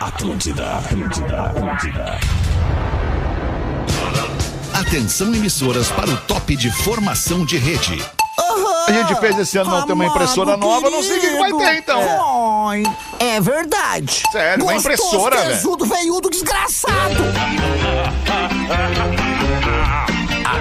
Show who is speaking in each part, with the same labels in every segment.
Speaker 1: Atlântida, Atlântida, Atlântida. Atenção emissoras para o top de formação de rede.
Speaker 2: A gente fez esse ano, não tem uma impressora
Speaker 3: Amado,
Speaker 2: nova, não sei o que
Speaker 4: é,
Speaker 2: que vai
Speaker 3: querido.
Speaker 2: ter então.
Speaker 3: Ai, é verdade.
Speaker 2: Sério, uma
Speaker 3: Gostoso,
Speaker 2: impressora, velho.
Speaker 3: tesudo, veiudo, desgraçado.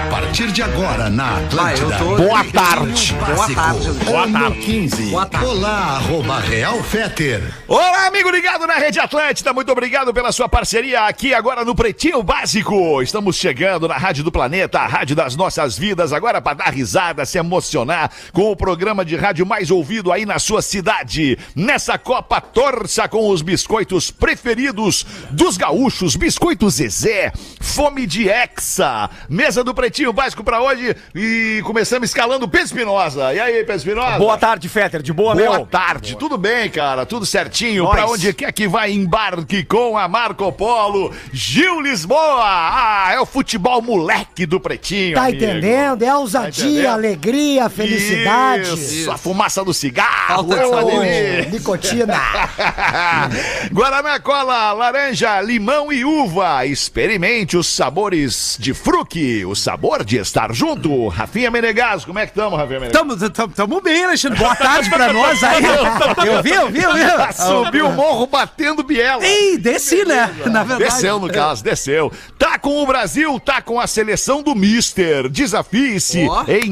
Speaker 1: A partir de agora na Atlântida.
Speaker 4: Ah, eu tô-
Speaker 2: Boa tarde.
Speaker 4: Boa tarde.
Speaker 2: Boa tarde. 15.
Speaker 4: Boa tarde.
Speaker 1: Olá, arroba Real Feter.
Speaker 2: Olá, amigo ligado na Rede Atlântida. Muito obrigado pela sua parceria aqui agora no Pretinho Básico. Estamos chegando na Rádio do Planeta, a Rádio das Nossas Vidas, agora para dar risada, se emocionar com o programa de rádio mais ouvido aí na sua cidade. Nessa Copa, torça com os biscoitos preferidos dos gaúchos, Biscoito Zezé, Fome de Hexa. Mesa do Pretinho Básico para hoje e começamos escalando Pedro Espinosa. E aí, Pedro Espinosa?
Speaker 5: Boa tarde, Fetter. De boa,
Speaker 2: Boa
Speaker 5: meu?
Speaker 2: tarde, tudo bem, cara? Tudo certinho?
Speaker 5: Nós.
Speaker 2: Pra onde quer que vai, embarque com a Marco Polo, Gil Lisboa! Ah, é o futebol moleque do Pretinho,
Speaker 6: Tá
Speaker 2: amigo.
Speaker 6: entendendo? É
Speaker 2: Tá entendendo?
Speaker 6: ousadia, alegria, felicidade.
Speaker 2: Isso, a fumaça do cigarro,
Speaker 4: Falta
Speaker 2: é
Speaker 4: de
Speaker 2: uma
Speaker 4: saúde.
Speaker 2: delícia.
Speaker 6: Nicotina.
Speaker 2: Guaraná, cola, laranja, limão e uva. Experimente os sabores de fruque, o sabor de estar junto. Rafinha Menegas, como é que estamos, Rafinha Menegas?
Speaker 4: Tamo, tamo, tamo bem, Alexandre. Boa tarde pra nós aí. Eu vi, eu vi, eu vi.
Speaker 2: Subiu o morro batendo biela.
Speaker 4: Ei, desci, né? Na verdade.
Speaker 2: Desceu, no caso, desceu. Tá com o Brasil, tá com a seleção do Mister. Desafie-se
Speaker 4: Ó.
Speaker 2: em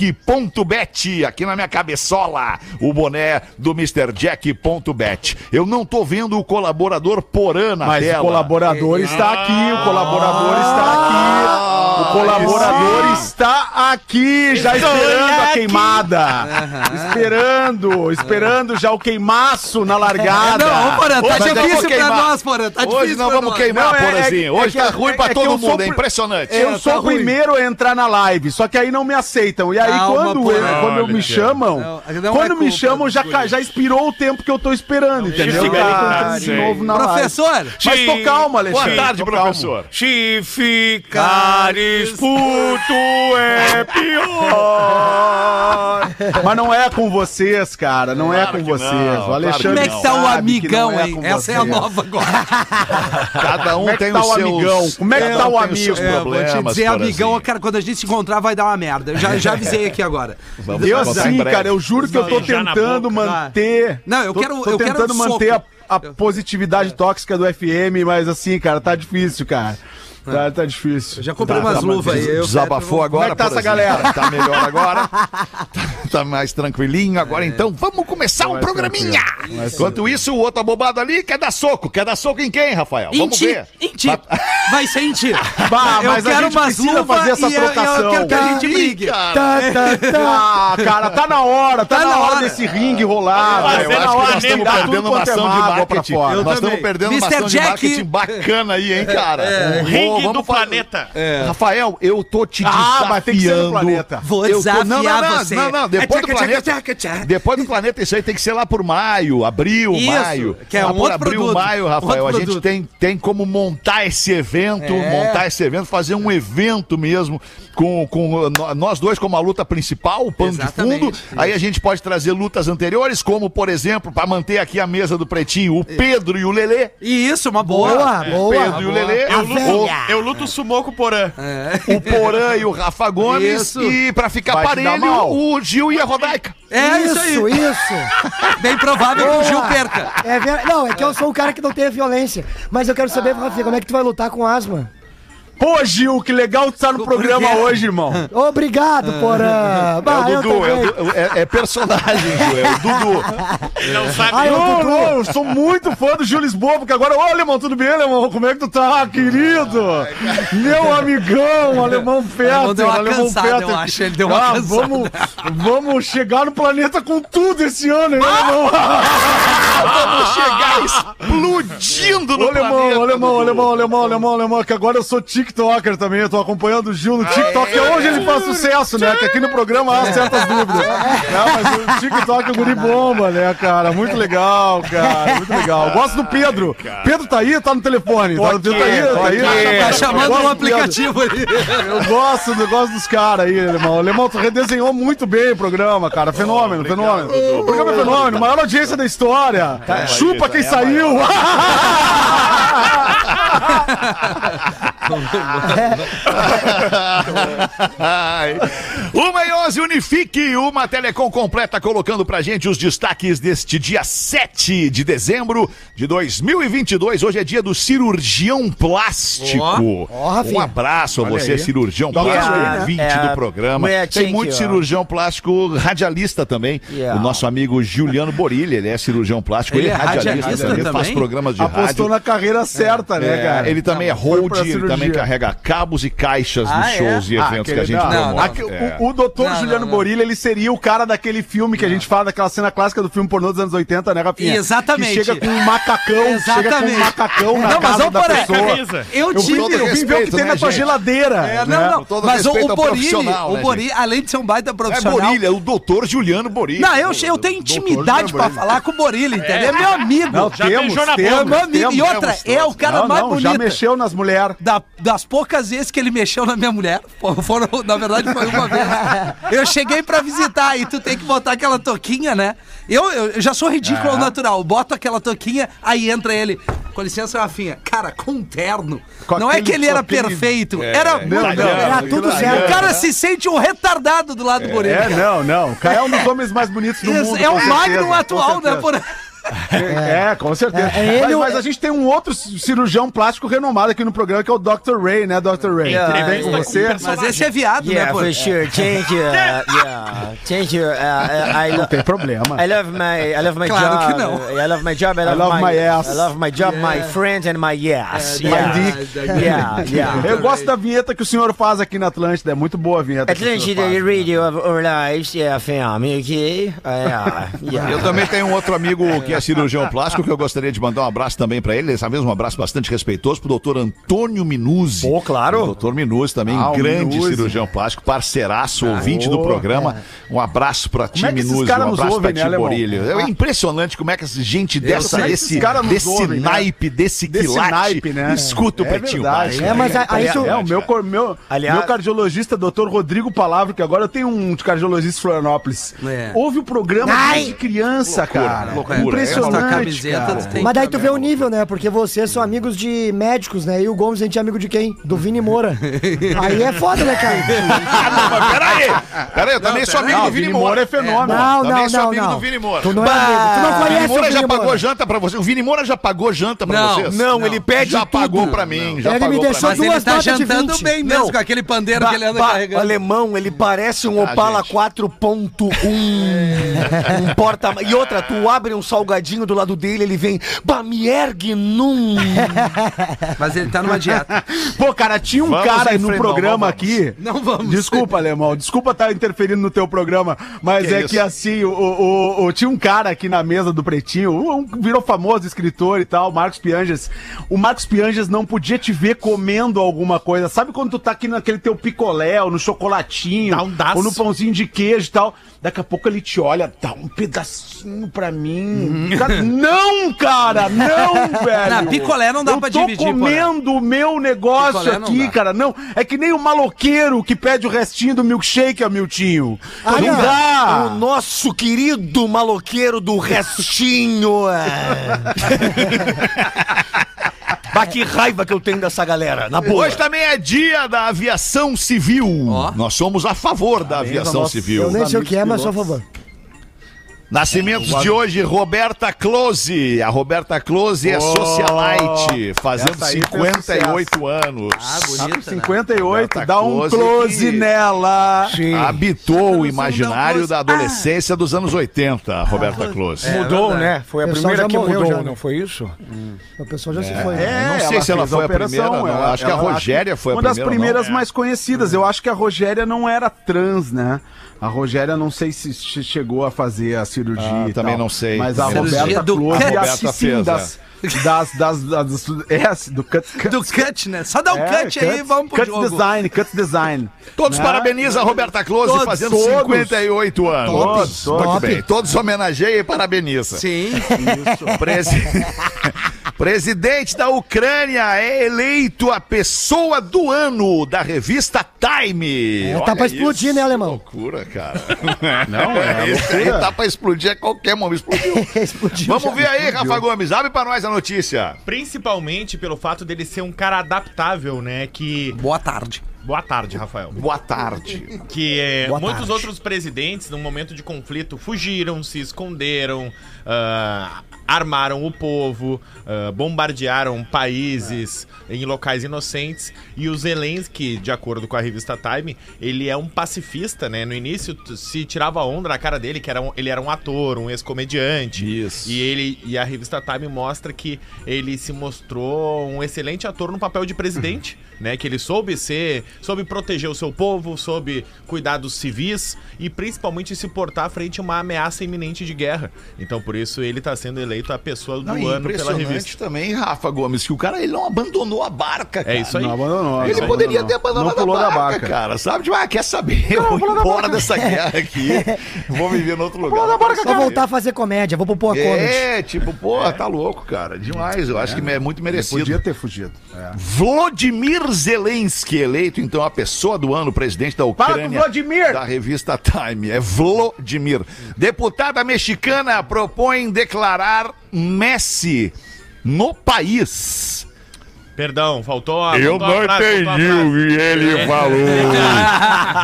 Speaker 2: MrJack.bet. Aqui na minha cabeçola, o boné do MrJack.bet. Eu não tô vendo o colaborador Porã na
Speaker 7: Mas
Speaker 2: tela.
Speaker 7: o colaborador está aqui, o colaborador está aqui. O colaborador está aqui, já esperando a queimada. Esperando, esperando já o queimaço na largada.
Speaker 4: Não, Porã, tá
Speaker 2: Hoje não vou
Speaker 4: difícil pra
Speaker 2: queimar.
Speaker 4: nós, Porã. Tá difícil
Speaker 2: Hoje não
Speaker 4: pra
Speaker 2: vamos
Speaker 4: nós.
Speaker 2: queimar,
Speaker 7: Não, é-
Speaker 2: Porãzinho.
Speaker 7: é- é
Speaker 2: Hoje
Speaker 7: que-
Speaker 2: tá ruim
Speaker 7: é
Speaker 2: pra
Speaker 7: que
Speaker 2: todo
Speaker 7: eu sou
Speaker 2: mundo, é
Speaker 7: pri-
Speaker 2: impressionante.
Speaker 7: Eu
Speaker 4: É,
Speaker 7: sou
Speaker 4: tá
Speaker 7: o
Speaker 4: ruim.
Speaker 7: primeiro a entrar na live, só que aí não me aceitam. E aí,
Speaker 4: Calma,
Speaker 7: quando,
Speaker 4: porra.
Speaker 7: eu- quando eu
Speaker 2: Olha,
Speaker 7: me chamam,
Speaker 4: Não, não é
Speaker 7: quando
Speaker 4: culpa
Speaker 7: me chamam, já,
Speaker 4: do
Speaker 7: ca- já expirou o tempo que eu tô esperando, entendeu?
Speaker 8: justifica-
Speaker 7: Aí eu
Speaker 8: Ah,
Speaker 7: entro de
Speaker 8: sei.
Speaker 7: novo na live.
Speaker 4: Professor,
Speaker 7: Mas tô calmo,
Speaker 2: Boa
Speaker 7: Alexandre.
Speaker 2: tarde,
Speaker 7: tô calmo.
Speaker 2: professor.
Speaker 8: Se ficares puto é pior.
Speaker 7: Mas não é com vocês, cara. Não é
Speaker 2: Claro
Speaker 7: com
Speaker 2: que não,
Speaker 7: vocês.
Speaker 2: claro
Speaker 7: o Alexandre
Speaker 4: como é que tá o
Speaker 7: sabe que não
Speaker 4: amigão,
Speaker 7: é
Speaker 4: hein?
Speaker 7: com
Speaker 4: Essa é a
Speaker 7: vocês.
Speaker 4: nova agora.
Speaker 2: Cada um
Speaker 7: Como é que
Speaker 2: tem
Speaker 7: tá
Speaker 2: os
Speaker 7: o
Speaker 2: seus...
Speaker 7: amigão? Como é que
Speaker 2: cada
Speaker 7: tá
Speaker 2: um
Speaker 7: o
Speaker 2: tem os
Speaker 7: amigo?
Speaker 2: seus
Speaker 7: É,
Speaker 4: Eu vou te
Speaker 2: problemas,
Speaker 4: dizer, amigão,
Speaker 2: Porazinho.
Speaker 4: cara, quando a gente se encontrar vai dar uma merda. Eu Já, já avisei aqui agora.
Speaker 7: Eu
Speaker 2: Vamos botar em
Speaker 7: assim,
Speaker 2: breve.
Speaker 7: cara, eu juro que eu tô
Speaker 8: Beijar na
Speaker 7: tentando
Speaker 8: boca,
Speaker 4: tá?
Speaker 7: manter.
Speaker 4: Não, eu
Speaker 7: tô-
Speaker 4: quero-
Speaker 7: Tô
Speaker 4: eu quero um
Speaker 7: tentando
Speaker 4: soco.
Speaker 7: manter a, a
Speaker 4: Eu- É.
Speaker 7: positividade tóxica do FM, mas assim, cara, tá difícil, cara. Tá, tá difícil.
Speaker 4: É. Eu já comprei umas luvas aí. eu-
Speaker 2: Desabafou agora,
Speaker 7: Como é que tá essa
Speaker 2: Porazinho?
Speaker 7: galera?
Speaker 2: Tá melhor agora. tá mais tranquilinho
Speaker 7: É.
Speaker 2: agora, então vamos começar um programinha. Enquanto isso, o outro abobado ali quer dar soco. Quer dar soco em quem, Rafael?
Speaker 4: Em
Speaker 2: Vamos
Speaker 4: ti,
Speaker 2: ver.
Speaker 4: em ti. Vai ser em ti.
Speaker 7: Bah, mas a gente precisa fazer essa
Speaker 4: e eu- Eu,
Speaker 7: trocação.
Speaker 4: quero que a gente
Speaker 2: Ih,
Speaker 4: brigue.
Speaker 2: cara.
Speaker 7: Tá, tá, tá. Ah, cara, tá na hora, tá, na, hora desse ringue rolar.
Speaker 2: Ah,
Speaker 7: velho.
Speaker 2: eu
Speaker 8: é
Speaker 7: Tá
Speaker 8: na
Speaker 2: acho
Speaker 8: hora
Speaker 2: que nós
Speaker 8: mesmo,
Speaker 2: estamos
Speaker 8: cara.
Speaker 2: perdendo uma
Speaker 7: Tudo
Speaker 2: ação
Speaker 7: quanto
Speaker 2: de
Speaker 7: é mágoa pra
Speaker 2: marketing.
Speaker 7: fora. Eu
Speaker 2: Nós estamos
Speaker 8: também.
Speaker 2: perdendo uma
Speaker 4: Mr.
Speaker 2: ação de
Speaker 4: Jack.
Speaker 2: marketing bacana aí, hein, cara? Um
Speaker 8: Ringue do
Speaker 2: fazer-
Speaker 8: planeta.
Speaker 7: É.
Speaker 2: Rafael, eu tô te
Speaker 7: Ah, mas tem que ser no
Speaker 2: desafiando.
Speaker 7: planeta.
Speaker 4: Vou
Speaker 2: Eu tô-
Speaker 4: desafiar
Speaker 2: não, não, não,
Speaker 4: você.
Speaker 2: Não, não, depois do
Speaker 4: É tchaca, tchaca,
Speaker 2: planeta.
Speaker 4: tchaca, tchaca.
Speaker 2: Depois do planeta, isso aí tem que ser lá por maio, abril,
Speaker 4: Isso,
Speaker 2: maio.
Speaker 4: que é
Speaker 2: Lá
Speaker 4: um
Speaker 2: por
Speaker 4: outro
Speaker 2: abril,
Speaker 4: produto,
Speaker 2: maio, Rafael.
Speaker 4: outro
Speaker 2: a gente
Speaker 4: produto.
Speaker 2: tem, tem como montar esse evento,
Speaker 4: É.
Speaker 2: montar esse evento, fazer um evento mesmo com, com nó- nós dois como a luta principal, o pano de
Speaker 4: Exatamente,
Speaker 2: fundo. Aí a gente pode trazer lutas anteriores, como, por exemplo, para manter aqui a mesa do Pretinho, o Pedro e o Lelê.
Speaker 4: E isso, uma boa.
Speaker 6: Boa,
Speaker 2: Pedro
Speaker 6: boa.
Speaker 2: e o Lelê.
Speaker 8: Eu
Speaker 2: O-
Speaker 8: luto, eu luto sumô com o Porã.
Speaker 2: o Porã e o Rafa Gomes.
Speaker 4: Isso.
Speaker 2: E pra ficar
Speaker 7: Vai te dar
Speaker 2: parelho,
Speaker 7: mal.
Speaker 2: o Gil e a Rodaica.
Speaker 4: É isso,
Speaker 6: isso,
Speaker 4: aí.
Speaker 6: isso.
Speaker 4: Bem provável que o Gil
Speaker 6: Boa.
Speaker 4: perca.
Speaker 6: É ver... Não, é que eu sou um cara que não tem violência. Mas eu quero saber, Rafinha, como é que tu vai lutar com asma?
Speaker 7: Pô, Gil, que legal tu tá no programa
Speaker 4: Obrigado.
Speaker 7: hoje, irmão.
Speaker 6: Obrigado, Porã. Bah,
Speaker 2: é
Speaker 6: eu
Speaker 2: o Dudu, é, o
Speaker 6: também.
Speaker 2: Du- é- é personagem, Gil, é o Dudu.
Speaker 8: Ele não sabe.
Speaker 6: Ah, eu
Speaker 7: Ô,
Speaker 6: Dudu.
Speaker 7: ô, eu sou muito fã do Gil Lisboa, porque agora, ô alemão, tudo bem, alemão? Como é que tu tá, querido? Meu amigão, alemão
Speaker 4: Alemão
Speaker 7: Fetter,
Speaker 4: deu uma
Speaker 7: alemão
Speaker 4: cansada,
Speaker 7: Fetter.
Speaker 4: eu acho, ele deu uma
Speaker 7: Ah,
Speaker 4: cansada.
Speaker 7: vamos, vamos chegar no planeta com tudo esse ano, hein,
Speaker 4: Ah!
Speaker 7: alemão?
Speaker 2: Vamos chegar Ah, explodindo
Speaker 7: Ô,
Speaker 2: no planeta,
Speaker 7: alemão, alemão,
Speaker 2: Dudu.
Speaker 7: alemão, alemão, alemão, alemão, que agora eu sou tiktoker também, eu tô acompanhando o Gil no TikTok, que hoje ele faz sucesso, né? Que aqui no programa há certas dúvidas. É, mas o TikTok é um guri bomba, né, cara? Muito legal, cara, muito legal. Gosto do Pedro. Pedro tá aí, tá no telefone. Tá, Pedro tá aí, tá aí.
Speaker 4: Tá
Speaker 7: Eu
Speaker 4: chamando
Speaker 7: gosto
Speaker 4: um
Speaker 7: do Pedro.
Speaker 4: aplicativo ali.
Speaker 7: Eu gosto, do- gosto dos caras aí, alemão. Alemão, tu redesenhou muito bem o programa, cara. Fenômeno, fenômeno. O programa é fenômeno, maior audiência da história. Chupa quem saiu.
Speaker 2: Ai. Uma e 11, Unifique, uma Telecom completa, colocando pra gente os destaques deste dia 7 de dezembro de 2022. Hoje é dia do cirurgião plástico.
Speaker 6: Ó, Rafinha.
Speaker 2: um abraço a você, cirurgião
Speaker 6: aí,
Speaker 2: plástico,
Speaker 6: né?
Speaker 2: ouvinte
Speaker 4: É,
Speaker 2: do programa.
Speaker 4: we are
Speaker 2: Tem
Speaker 4: thank
Speaker 2: muito
Speaker 4: you.
Speaker 2: cirurgião plástico radialista também.
Speaker 4: Yeah.
Speaker 2: O nosso amigo Juliano Borilha, ele é cirurgião plástico, ele, é
Speaker 4: Ele é
Speaker 2: radialista,
Speaker 4: radialista
Speaker 2: também, faz
Speaker 4: também?
Speaker 2: programas de rádio.
Speaker 7: Apostou na carreira certa, né,
Speaker 2: É,
Speaker 7: cara?
Speaker 2: ele também é
Speaker 7: foi pra
Speaker 2: hold, ele também
Speaker 7: cirurgia.
Speaker 2: carrega cabos e caixas
Speaker 4: Ah,
Speaker 2: nos
Speaker 4: é?
Speaker 2: shows e
Speaker 7: Ah,
Speaker 2: eventos que a
Speaker 7: aquele-
Speaker 2: gente
Speaker 7: não,
Speaker 2: promove.
Speaker 4: não,
Speaker 7: Aque-
Speaker 2: É.
Speaker 7: O, o doutor
Speaker 4: Não,
Speaker 7: Juliano
Speaker 4: não, não.
Speaker 7: Borilha, ele seria o cara daquele filme que a gente fala, daquela cena clássica do filme pornô dos anos 80, né, Rafinha?
Speaker 4: Exatamente.
Speaker 7: Que chega com um macacão, chega com um
Speaker 4: Exatamente.
Speaker 7: macacão na
Speaker 4: Não, mas
Speaker 7: casa
Speaker 4: vamos
Speaker 7: da
Speaker 4: parar.
Speaker 7: pessoa.
Speaker 4: Eu
Speaker 7: Eu,
Speaker 4: tive.
Speaker 7: tive, eu vim ver o que
Speaker 2: respeito,
Speaker 7: tem
Speaker 2: né,
Speaker 7: na tua
Speaker 2: gente?
Speaker 7: geladeira.
Speaker 4: É,
Speaker 7: né?
Speaker 4: não, não.
Speaker 2: Com todo
Speaker 4: Mas o,
Speaker 2: respeito
Speaker 4: o
Speaker 2: ao
Speaker 4: Borilli,
Speaker 2: profissional,
Speaker 4: o
Speaker 2: né,
Speaker 4: Borilli, além de ser um baita
Speaker 2: É
Speaker 4: profissional.
Speaker 2: Borilha, o doutor Juliano Borilha.
Speaker 4: Não, eu, eu tenho intimidade pra falar com o Borilli, entendeu? É meu amigo.
Speaker 7: Não,
Speaker 8: Já
Speaker 7: temos,
Speaker 8: beijou na
Speaker 7: temos,
Speaker 4: é meu amigo.
Speaker 7: temos,
Speaker 4: E outra,
Speaker 7: temos
Speaker 4: é o
Speaker 7: todos.
Speaker 4: cara
Speaker 7: Não,
Speaker 4: mais
Speaker 7: não,
Speaker 4: bonito.
Speaker 7: Já mexeu nas mulheres.
Speaker 4: Da- das poucas vezes que ele mexeu na minha mulher, fo- foram, na verdade foi uma vez. Eu cheguei pra visitar e tu tem que botar aquela toquinha, né? Eu, eu- eu já sou ridículo ao natural, eu boto aquela toquinha, aí entra ele. Com licença, Rafinha. Cara, com um terno.
Speaker 7: Com
Speaker 4: não é que ele
Speaker 7: aquele
Speaker 4: era
Speaker 7: sopinho-
Speaker 4: perfeito, era muito.
Speaker 6: Era tudo
Speaker 4: O
Speaker 6: certo.
Speaker 4: cara se sente um retardado do lado do Borilli.
Speaker 7: É, não, não. O cara é um dos homens mais bonitos do
Speaker 4: Isso,
Speaker 7: mundo.
Speaker 4: é
Speaker 7: com
Speaker 4: o
Speaker 7: certeza,
Speaker 4: Magnum
Speaker 7: com
Speaker 4: atual, né?
Speaker 7: certeza.
Speaker 4: Por...
Speaker 7: É, com certeza.
Speaker 6: É, é ele
Speaker 7: mas,
Speaker 6: o-
Speaker 7: mas a gente tem um outro ci- cirurgião plástico renomado aqui no programa, que é o Dr. Ray, né, Dr. Ray?
Speaker 5: É,
Speaker 7: Tudo bem
Speaker 5: é,
Speaker 7: com
Speaker 5: é,
Speaker 7: você?
Speaker 4: Mas esse é viado,
Speaker 5: Yeah,
Speaker 4: né, pô?
Speaker 5: for sure. Thank you. Uh, yeah, thank you. Uh, I, I
Speaker 7: Não
Speaker 5: lo-
Speaker 7: tem problema.
Speaker 5: I love my I love my
Speaker 4: Claro que
Speaker 5: job.
Speaker 4: não.
Speaker 5: I love my job. I love,
Speaker 7: love my ass.
Speaker 5: I love my job, my friends and my yes.
Speaker 7: My
Speaker 5: yeah.
Speaker 7: dick.
Speaker 5: Yeah, yeah.
Speaker 7: Eu gosto da vinheta que o senhor faz aqui na Atlântida, é muito boa a vinheta. que o senhor
Speaker 5: Atlântida,
Speaker 7: faz.
Speaker 5: the radio of our lives. Yeah, family, okay? Uh, yeah,
Speaker 2: Eu
Speaker 5: yeah.
Speaker 2: também tenho um outro amigo que é cirurgião plástico que eu gostaria de mandar um abraço também pra ele. Dessa vez um abraço bastante respeitoso pro doutor Antônio Minuzzi.
Speaker 5: Pô, claro.
Speaker 2: O doutor Minuzzi também,
Speaker 7: Ah, o
Speaker 2: grande
Speaker 7: Minuzzi. Ah,
Speaker 2: cirurgião plástico, parceiraço, ouvinte do programa. Um abraço pra ti,
Speaker 7: é que esses
Speaker 2: Minuzzi.
Speaker 7: caras
Speaker 2: Um
Speaker 7: nos
Speaker 2: abraço pra
Speaker 7: ouvem, né,
Speaker 2: ti,
Speaker 7: alemão?
Speaker 2: Borilho. É impressionante como é que essa gente dessa,
Speaker 7: como é que esses
Speaker 2: desse,
Speaker 7: caras nos
Speaker 2: desse
Speaker 7: ouvem, né?
Speaker 2: naipe, desse
Speaker 7: Desse
Speaker 2: quilate,
Speaker 7: naipe, né?
Speaker 2: escuta o
Speaker 7: É
Speaker 2: Pretinho
Speaker 7: verdade,
Speaker 2: Básico.
Speaker 7: né?
Speaker 6: É, mas a- aí
Speaker 7: É,
Speaker 6: tu.
Speaker 7: o meu, cor- meu,
Speaker 5: Aliás-
Speaker 7: meu cardiologista, doutor Rodrigo Palavra, que agora eu tenho um de cardiologista de Florianópolis.
Speaker 4: É.
Speaker 7: Ouve o programa
Speaker 6: Ai!
Speaker 7: desde criança, cara.
Speaker 2: loucura.
Speaker 7: Impressionante.
Speaker 4: Essa camiseta
Speaker 7: cara.
Speaker 4: tu tem
Speaker 6: Mas daí tu vê o nível, né? Porque vocês são amigos de médicos, né? E o Gomes a gente é amigo de quem? Do Vini Moura. Aí é foda, né, cara?
Speaker 2: Ah, não, mas peraí! Peraí, eu também sou amigo
Speaker 7: Não,
Speaker 2: do Vini Moura.
Speaker 7: é fenômeno.
Speaker 6: Não,
Speaker 2: também
Speaker 6: não,
Speaker 2: sou
Speaker 6: não,
Speaker 2: amigo
Speaker 6: não.
Speaker 2: do Vini Moura.
Speaker 6: Tu não é amigo, tu não
Speaker 2: O Vini
Speaker 6: conhece o
Speaker 2: Moura já
Speaker 6: Vini
Speaker 2: pagou
Speaker 6: Moura.
Speaker 2: janta pra vocês? O Vini Moura já pagou janta pra
Speaker 4: Não,
Speaker 2: vocês?
Speaker 4: não, ele pede
Speaker 2: Já
Speaker 4: tudo.
Speaker 2: pagou pra mim. Já
Speaker 6: Ele me
Speaker 2: pagou pra
Speaker 6: deixou
Speaker 2: mim.
Speaker 4: Mas ele
Speaker 6: Duas
Speaker 4: tá
Speaker 6: notas de
Speaker 4: jantando
Speaker 6: 20.
Speaker 4: bem mesmo
Speaker 5: Não.
Speaker 4: com aquele pandeiro que ele anda
Speaker 5: Ba- o
Speaker 4: carregando.
Speaker 5: alemão, ele parece um
Speaker 2: Ah,
Speaker 5: Opala
Speaker 2: gente.
Speaker 5: 4.1. um porta E outra, tu abre um salgadinho do lado dele, ele vem. Bah, me ergue num.
Speaker 4: Mas ele tá numa dieta.
Speaker 7: Pô, cara, tinha um
Speaker 2: Vamos
Speaker 7: cara
Speaker 2: em
Speaker 7: no
Speaker 2: frente,
Speaker 7: programa
Speaker 2: não, vamos.
Speaker 7: aqui.
Speaker 4: Não vamos.
Speaker 7: Desculpa, Alemão. Desculpa estar interferindo no teu programa. Mas
Speaker 2: Que
Speaker 7: é
Speaker 2: isso?
Speaker 7: que assim, o, o- o- tinha um cara aqui na mesa do Pretinho, um, que virou famoso escritor e tal, Marcos Pianges. O Marcos Pianges não podia te ver comendo alguma coisa. Sabe quando tu tá aqui naquele teu picolé, ou no chocolatinho,
Speaker 4: Dá um daço.
Speaker 7: ou no pãozinho de queijo e tal. Daqui a pouco ele te olha, dá um pedacinho pra mim.
Speaker 4: Uhum.
Speaker 7: Cara, não, cara, não, velho.
Speaker 4: Na picolé não dá pra dividir,
Speaker 7: Eu tô
Speaker 4: porra.
Speaker 7: comendo o meu negócio
Speaker 4: Picolé não
Speaker 7: aqui,
Speaker 4: dá.
Speaker 7: cara. Não, é que nem o maloqueiro que pede o restinho do milkshake, Amiltinho.
Speaker 6: Ah,
Speaker 7: não
Speaker 6: não.
Speaker 7: dá.
Speaker 5: O nosso querido maloqueiro do restinho. é. bah, que raiva que eu tenho dessa galera. Na boa.
Speaker 2: Hoje também é dia da aviação civil.
Speaker 4: Ó.
Speaker 2: Nós somos a favor da aviação
Speaker 7: nossa-
Speaker 2: civil.
Speaker 6: Eu nem sei o que é, mas só a
Speaker 7: Amigos
Speaker 6: favor.
Speaker 2: Nascimentos de hoje, Roberta Close. A Roberta Close é socialite, fazendo
Speaker 7: essa aí foi um
Speaker 2: 58 anos.
Speaker 4: Ah,
Speaker 7: Tá com
Speaker 4: bonita, né?
Speaker 7: 58,
Speaker 2: Bota
Speaker 7: dá um
Speaker 2: close
Speaker 7: close
Speaker 2: aqui.
Speaker 7: nela.
Speaker 2: Habitou o imaginário
Speaker 4: Close.
Speaker 2: da adolescência dos anos 80,
Speaker 7: Ah,
Speaker 2: a Roberta
Speaker 7: é,
Speaker 2: Close.
Speaker 5: Mudou, né? Foi a
Speaker 6: O pessoal
Speaker 5: primeira
Speaker 6: já
Speaker 5: que
Speaker 6: morreu
Speaker 5: mudou,
Speaker 6: já, né?
Speaker 5: não foi isso?
Speaker 6: O pessoal já se foi. né?
Speaker 7: É,
Speaker 2: não sei se ela
Speaker 7: fez
Speaker 2: foi a
Speaker 7: a operação,
Speaker 2: primeira, não. Acho que a Rogéria foi a
Speaker 7: Uma das
Speaker 2: primeira,
Speaker 7: primeiras
Speaker 2: não.
Speaker 7: mais conhecidas. Eu acho que a Rogéria não era trans, né? A Rogéria não sei se che- chegou a fazer a cirurgia.
Speaker 2: Ah,
Speaker 7: e
Speaker 2: também
Speaker 7: tal.
Speaker 2: não sei.
Speaker 7: Mas a
Speaker 2: Cirurgia
Speaker 7: Roberta
Speaker 4: do
Speaker 7: Close
Speaker 4: cut.
Speaker 7: e a
Speaker 2: Roberta
Speaker 7: Cicim
Speaker 2: fez,
Speaker 7: das, das, das, das, é, do cut, cut,
Speaker 4: Do cut, né? Só dá um
Speaker 7: É,
Speaker 4: cut aí e vamos pro
Speaker 7: cut
Speaker 4: jogo.
Speaker 7: design, cut design.
Speaker 2: Todos
Speaker 7: Né?
Speaker 2: parabenizam a Roberta Close
Speaker 4: Todos.
Speaker 2: fazendo 58 anos.
Speaker 7: Todos,
Speaker 2: Muito
Speaker 7: todos.
Speaker 2: bem. Todos homenageiam e parabenizam.
Speaker 4: Sim.
Speaker 2: Presi- Presidente da Ucrânia é eleito a pessoa do ano da revista Time.
Speaker 6: É, tá pra explodir, né, alemão?
Speaker 2: Que loucura, cara. Não, é, isso aí tá pra explodir a qualquer momento. Explodiu.
Speaker 6: Explodiu É já.
Speaker 2: Vamos ver aí, Rafa Gomes. Abre pra nós a notícia.
Speaker 8: Principalmente pelo fato dele ser um cara adaptável, né? Que.
Speaker 4: Boa tarde.
Speaker 8: Boa tarde, Rafael.
Speaker 2: Boa tarde.
Speaker 8: Que é,
Speaker 6: Boa
Speaker 8: muitos
Speaker 6: tarde.
Speaker 8: outros presidentes, num momento de conflito, fugiram, se esconderam, ah, armaram o povo, ah, bombardearam países em locais inocentes. E o Zelensky, de acordo com a revista Time, ele é um pacifista, né? No início tu- se tirava onda na cara dele, que era um- ele era um ator, um ex-comediante.
Speaker 2: Isso.
Speaker 8: E ele e a revista Time mostra que ele se mostrou um excelente ator no papel de presidente,
Speaker 2: Uhum.
Speaker 8: né? Que ele soube ser, soube proteger o seu povo, soube cuidar dos civis e principalmente se portar frente a uma ameaça iminente de guerra. Então por isso ele está sendo eleito a pessoa do
Speaker 2: Não, e
Speaker 8: ano pela
Speaker 2: impressionante
Speaker 8: revista.
Speaker 2: também, Rafa Gomes, que o cara ele não abandonou a barca, cara.
Speaker 8: É isso aí.
Speaker 7: Não abandonou.
Speaker 2: Ele
Speaker 7: não
Speaker 2: poderia
Speaker 7: abandonou.
Speaker 2: ter abandonado
Speaker 7: Não pulou
Speaker 2: a
Speaker 7: da
Speaker 2: barca,
Speaker 7: barca.
Speaker 2: cara, sabe? Tipo, ah, quer saber, eu vou embora dessa guerra aqui, vou viver em outro lugar. Pulou da barca,
Speaker 6: Só voltar a fazer comédia, vou pro Poa Comedy.
Speaker 2: É, tipo, porra, tá louco, cara, demais, eu acho que é muito merecido.
Speaker 7: Podia ter fugido. É.
Speaker 2: Vladimir Zelensky, eleito então a pessoa do ano, presidente da Ucrânia.
Speaker 7: Vladimir!
Speaker 2: Da revista Time. É Vladimir. Deputada mexicana propõe declarar Messi no país.
Speaker 8: Perdão, faltou a faltou a frase, faltou a frase.
Speaker 2: que ele falou.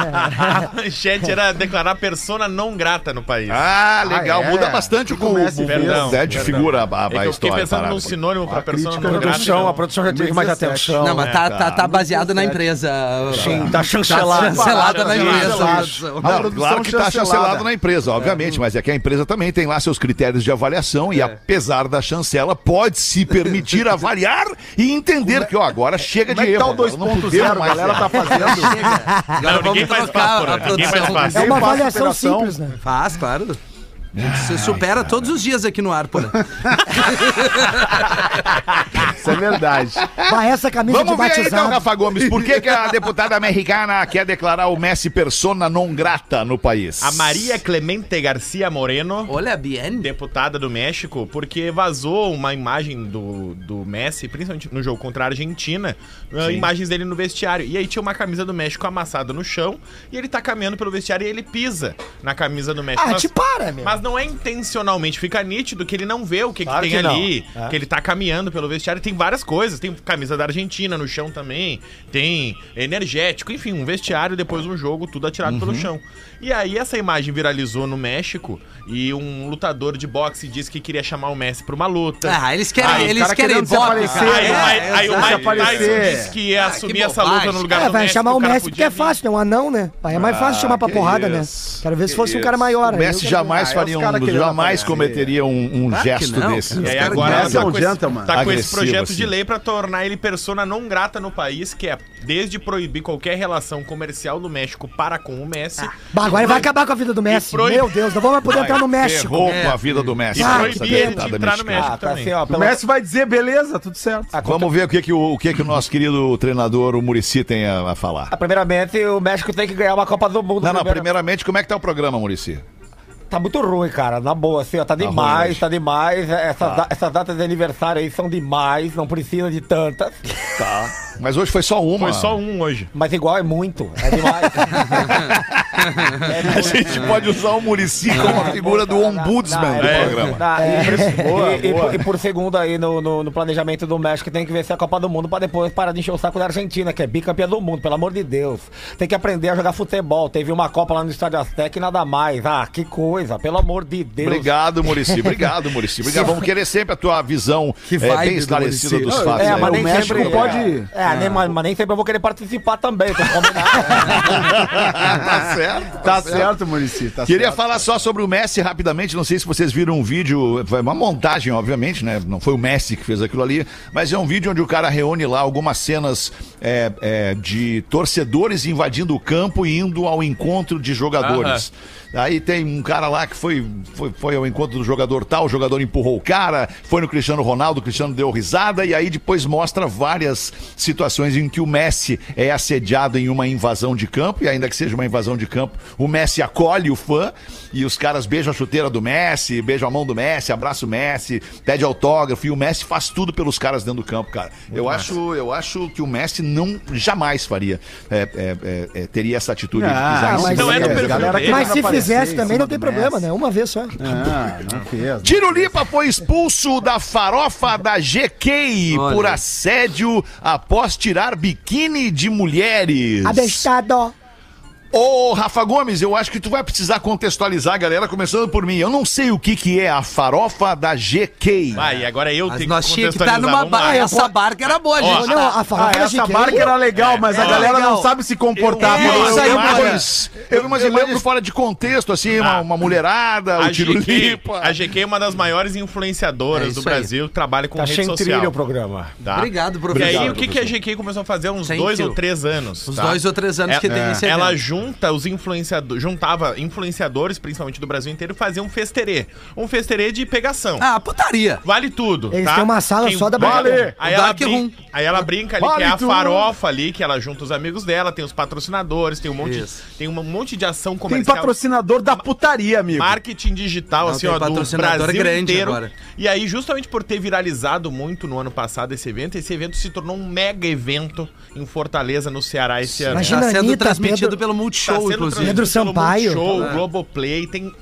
Speaker 8: A manchete era declarar persona não grata no país.
Speaker 2: Ah, legal.
Speaker 7: Ah, é?
Speaker 2: Muda bastante o, o, o, o
Speaker 7: Messi fez.
Speaker 2: né, de
Speaker 8: Perdão.
Speaker 2: figura a, a,
Speaker 8: É que
Speaker 2: a
Speaker 8: eu fiquei
Speaker 2: história.
Speaker 8: pensando
Speaker 2: parada.
Speaker 8: num sinônimo para persona
Speaker 7: crítica
Speaker 8: não
Speaker 7: do
Speaker 8: grata.
Speaker 7: chão,
Speaker 8: então-
Speaker 5: a produção já teve mais
Speaker 7: 2017.
Speaker 9: Então
Speaker 5: atenção.
Speaker 4: não, mas tá, tá, tá baseado na empresa.
Speaker 5: Sim, tá
Speaker 4: Tá
Speaker 5: chancelado.
Speaker 4: Cancelada na empresa.
Speaker 7: Chancelado.
Speaker 2: Não,
Speaker 7: A produção
Speaker 2: claro que está
Speaker 7: chancelada.
Speaker 2: chancelado na empresa, obviamente, mas é que a empresa também tem lá seus critérios de avaliação
Speaker 7: É.
Speaker 2: e, apesar da chancela, pode se permitir avaliar e entender que, ó, agora chega de
Speaker 7: Como é que tá
Speaker 2: erro.
Speaker 7: o
Speaker 2: agora não
Speaker 7: 2.0?
Speaker 2: podemos
Speaker 7: A
Speaker 2: mais
Speaker 7: galera tá
Speaker 2: errar.
Speaker 7: fazendo.
Speaker 4: Agora
Speaker 8: Não, ninguém faz
Speaker 4: trocar
Speaker 8: fácil, porra, ninguém faz fácil.
Speaker 6: É uma
Speaker 7: Sem passa
Speaker 6: avaliação
Speaker 7: operação.
Speaker 6: simples, né?
Speaker 4: Faz, claro. A gente se supera todos os dias aqui no ar, porra.
Speaker 7: Isso é verdade.
Speaker 6: Vai essa camisa
Speaker 2: Vamos
Speaker 6: de
Speaker 2: ver aí,
Speaker 6: batizado.
Speaker 2: então, Rafa Gomes, por que, que a deputada americana quer declarar o Messi persona non grata no país? Ah,
Speaker 8: A Maria Clemente Garcia Moreno,
Speaker 4: Olha, bien.
Speaker 8: deputada do México, porque vazou uma imagem do, do Messi, principalmente no jogo contra a Argentina, ah, imagens dele no vestiário. E aí tinha uma camisa do México amassada no chão, e ele tá caminhando pelo vestiário e ele pisa na camisa do México.
Speaker 6: Ah,
Speaker 8: Mas-
Speaker 6: te para, meu.
Speaker 8: Mas não é intencionalmente, fica nítido que ele não vê o que, que
Speaker 5: Claro
Speaker 8: tem
Speaker 5: que não.
Speaker 8: ali, que ele tá caminhando pelo vestiário, tem várias coisas, tem camisa da Argentina no chão também, tem energético, enfim, um vestiário, depois um jogo, tudo atirado pelo chão. E aí essa imagem viralizou no México e um lutador de boxe disse que queria chamar o Messi pra uma luta.
Speaker 4: Ah, eles querem,
Speaker 8: Aí,
Speaker 4: eles
Speaker 7: cara
Speaker 4: querem
Speaker 7: querendo se
Speaker 4: ibope,
Speaker 7: aparecer,
Speaker 4: cara.
Speaker 7: né?
Speaker 8: aí, o
Speaker 4: É,
Speaker 8: Ma- aí o
Speaker 4: exato.
Speaker 8: Mike Tyson
Speaker 7: aparecer.
Speaker 8: disse que ia
Speaker 4: Ah, que
Speaker 8: assumir essa
Speaker 4: bobagem.
Speaker 8: luta no lugar
Speaker 6: É,
Speaker 8: do
Speaker 6: vai
Speaker 8: Messi.
Speaker 6: chamar o
Speaker 8: cara
Speaker 6: Messi porque é
Speaker 8: podia vir.
Speaker 6: fácil, né? Um anão, né? Aí é mais fácil chamar pra
Speaker 2: que
Speaker 6: porrada,
Speaker 2: isso,
Speaker 6: né? Quero ver se
Speaker 2: que
Speaker 6: fosse um cara
Speaker 2: isso.
Speaker 6: maior.
Speaker 2: O
Speaker 6: aí eu
Speaker 2: Messi
Speaker 6: quero-
Speaker 2: jamais
Speaker 7: Ah, é os
Speaker 2: faria um,
Speaker 7: cara querendo
Speaker 2: jamais
Speaker 7: aparecer.
Speaker 2: cometeria um, um
Speaker 4: Claro que
Speaker 2: gesto
Speaker 4: não,
Speaker 2: desse.
Speaker 4: cara.
Speaker 8: E
Speaker 4: Os
Speaker 8: aí
Speaker 4: caras
Speaker 8: agora
Speaker 4: merecem
Speaker 8: tá,
Speaker 7: um
Speaker 8: com esse,
Speaker 7: gentleman.
Speaker 8: tá com esse
Speaker 2: Agressivo,
Speaker 8: projeto
Speaker 2: assim.
Speaker 8: de lei pra tornar ele persona não grata no país, que é desde proibir qualquer relação comercial do México para com o Messi.
Speaker 4: Ah.
Speaker 6: Bah, agora ele vai acabar com a vida do Messi.
Speaker 8: proib-
Speaker 6: Meu Deus, não vamos poder entrar no México.
Speaker 2: Ferrou com a vida do Messi.
Speaker 8: E
Speaker 6: Ah,
Speaker 2: essa
Speaker 8: proibir ele de
Speaker 2: deputada
Speaker 8: entrar no
Speaker 2: mexicana.
Speaker 8: México
Speaker 5: Ah, tá
Speaker 8: também.
Speaker 5: assim, ó.
Speaker 7: O
Speaker 5: pela-
Speaker 7: Messi vai dizer, beleza, tudo certo.
Speaker 2: Vamos ver o que, que, o, o que, que o nosso querido treinador, o Murici, tem a, a falar.
Speaker 5: Ah, Primeiramente, o México tem que ganhar uma Copa do Mundo.
Speaker 2: Não, não,
Speaker 5: primeiro.
Speaker 2: primeiramente, como é que tá o programa, Murici?
Speaker 5: Tá muito ruim, cara. Na boa, assim, ó. Tá demais,
Speaker 2: ruim,
Speaker 5: tá demais. Essas, da- essas datas de aniversário aí são demais, não precisa de tantas.
Speaker 2: Mas hoje foi só uma.
Speaker 8: Foi só um hoje.
Speaker 5: Mas igual é muito. É demais.
Speaker 2: A gente pode usar o Murici como a figura do ombudsman do
Speaker 5: é,
Speaker 2: programa.
Speaker 5: na- e, e- e- e por segundo aí, no, no- no planejamento do México, tem que vencer a Copa do Mundo pra depois parar de encher o saco da Argentina, que é bicampeã do mundo, pelo amor de Deus. Tem que aprender a jogar futebol. Teve uma Copa lá no Estádio Azteca e nada mais. Ah, que coisa, pelo amor de Deus.
Speaker 2: Obrigado, Murici. Obrigado, Murici. Obrigado. Vamos querer sempre a tua visão
Speaker 4: Que
Speaker 2: eh,
Speaker 4: vibe
Speaker 2: bem
Speaker 4: do
Speaker 2: esclarecida
Speaker 4: Muricy.
Speaker 2: dos
Speaker 4: Não,
Speaker 2: fatos.
Speaker 5: É,
Speaker 2: né?
Speaker 5: mas
Speaker 7: o
Speaker 5: nem
Speaker 7: México
Speaker 5: sempre
Speaker 7: pode-
Speaker 5: É, nem, mas, mas nem sempre eu vou querer participar também, tem que combinar.
Speaker 2: tá certo. Tá,
Speaker 7: Tá
Speaker 2: certo.
Speaker 7: certo, Murici. Tá
Speaker 2: Queria
Speaker 7: certo.
Speaker 2: falar só sobre o Messi rapidamente. Não sei se vocês viram um vídeo, foi uma montagem, obviamente, né? Não foi o Messi que fez aquilo ali, mas é um vídeo onde o cara reúne lá algumas cenas é, é, de torcedores invadindo o campo e indo ao encontro de jogadores. Aí tem um cara lá que foi, foi, foi ao encontro do jogador tal, o jogador empurrou o cara, foi no Cristiano Ronaldo, o Cristiano deu risada, e aí depois mostra várias situações em que o Messi é assediado em uma invasão de campo, e ainda que seja uma invasão de campo, o Messi acolhe o fã, e os caras beijam a chuteira do Messi, beijam a mão do Messi, abraça o Messi, pede autógrafo, e o Messi faz tudo pelos caras dentro do campo, cara. eu acho eu acho que o Messi não jamais faria, é, é, é, é, teria essa atitude de pisar em
Speaker 6: Ah,
Speaker 2: cima
Speaker 6: mas,
Speaker 8: Não é do
Speaker 2: do
Speaker 8: perfil
Speaker 2: cara.
Speaker 7: galera que
Speaker 8: dele.
Speaker 7: vai
Speaker 6: mas se
Speaker 7: aparecer
Speaker 6: fizesse
Speaker 7: em
Speaker 6: também
Speaker 7: cima
Speaker 6: não
Speaker 7: do
Speaker 6: tem problema,
Speaker 7: Messi.
Speaker 6: né? Uma vez só.
Speaker 7: Ah, não fez.
Speaker 2: Tiro Lipa foi expulso da farofa da GK
Speaker 4: Olha.
Speaker 2: por assédio após tirar biquíni de mulheres.
Speaker 6: Abestado.
Speaker 2: Ô, Rafa Gomes, eu acho que tu vai precisar contextualizar a galera, começando por mim. Eu não sei o que que é a farofa da GK.
Speaker 8: Vai, agora eu
Speaker 4: Mas
Speaker 8: tenho
Speaker 4: nós
Speaker 8: que
Speaker 4: tinha Ah. que estar
Speaker 8: contextualizar.
Speaker 4: numa é
Speaker 8: Vamos lá.
Speaker 4: barca. Essa barca era boa,
Speaker 8: Ó,
Speaker 4: gente.
Speaker 6: Não, a
Speaker 7: Ah,
Speaker 6: farrafa da
Speaker 7: essa
Speaker 6: GK.
Speaker 7: barca era legal, mas a
Speaker 8: É,
Speaker 7: galera
Speaker 4: legal.
Speaker 7: não sabe se comportar.
Speaker 8: Tá,
Speaker 4: É,
Speaker 7: mano.
Speaker 4: isso aí,
Speaker 7: Eu-
Speaker 4: mano.
Speaker 2: imagens, eu vi umas imagens fora de contexto, assim, uma, uma mulherada,
Speaker 8: Ah. A
Speaker 2: o Tiro
Speaker 8: GK,
Speaker 2: Lipa.
Speaker 8: a GK é uma das maiores
Speaker 4: É
Speaker 8: influenciadoras do
Speaker 4: isso aí.
Speaker 8: Brasil, trabalha com
Speaker 5: Tá
Speaker 8: rede
Speaker 5: cheio de trilha
Speaker 8: social.
Speaker 5: o programa.
Speaker 8: tá?
Speaker 4: Obrigado,
Speaker 8: E
Speaker 4: professor.
Speaker 8: aí, o que, que a GK começou a fazer há uns
Speaker 4: Sem
Speaker 8: dois
Speaker 4: fio.
Speaker 8: ou três anos?
Speaker 4: Os dois ou três anos
Speaker 8: É-
Speaker 4: que tem
Speaker 8: é.
Speaker 4: esse evento.
Speaker 8: Ela junta os influenciadores, juntava influenciadores, principalmente do Brasil inteiro, e fazia um festerê. Um festerê de pegação.
Speaker 4: Ah, putaria.
Speaker 8: Vale tudo.
Speaker 6: Eles
Speaker 8: tá?
Speaker 6: têm uma sala só da
Speaker 8: vale.
Speaker 6: pegadinha.
Speaker 8: Aí,
Speaker 4: O
Speaker 8: ela
Speaker 4: Dark Room.
Speaker 8: brin... aí ela brinca ali,
Speaker 7: Vale
Speaker 8: que é a
Speaker 7: tudo.
Speaker 8: farofa ali, que ela junta os amigos dela, tem os patrocinadores, tem um monte,
Speaker 4: Isso.
Speaker 8: tem um monte de ação
Speaker 7: Tem
Speaker 8: comercial.
Speaker 7: patrocinador da putaria, amigo.
Speaker 8: Marketing digital,
Speaker 4: Não,
Speaker 8: assim,
Speaker 4: tem
Speaker 8: ó, do
Speaker 4: patrocinador
Speaker 8: Brasil
Speaker 4: grande
Speaker 8: inteiro.
Speaker 4: agora.
Speaker 8: E aí, justamente por ter viralizado muito no ano passado esse evento, esse evento se tornou um mega evento em Fortaleza, no Ceará, esse ano.
Speaker 6: Imagina
Speaker 4: Tá sendo
Speaker 6: Anitta,
Speaker 4: transmitido
Speaker 6: Pedro-
Speaker 4: pelo
Speaker 8: Tá
Speaker 4: Multishow,
Speaker 8: sendo
Speaker 4: inclusive.
Speaker 8: transmitido
Speaker 6: Pedro Sampaio.
Speaker 8: pelo Multishow,
Speaker 4: É.
Speaker 8: Globoplay, tem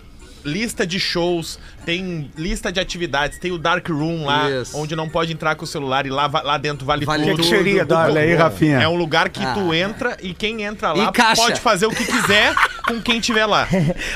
Speaker 8: lista de shows, tem lista de atividades, tem o Dark Room lá,
Speaker 4: Isso.
Speaker 8: onde não pode entrar com o celular e lá, va- lá dentro vale,
Speaker 4: Vale tudo.
Speaker 8: tudo.
Speaker 7: Que seria, Dá- olha aí, Rafinha.
Speaker 8: É um lugar que tu
Speaker 4: Ah.
Speaker 8: entra e quem entra lá
Speaker 4: E caixa.
Speaker 8: pode fazer o que quiser com quem tiver lá.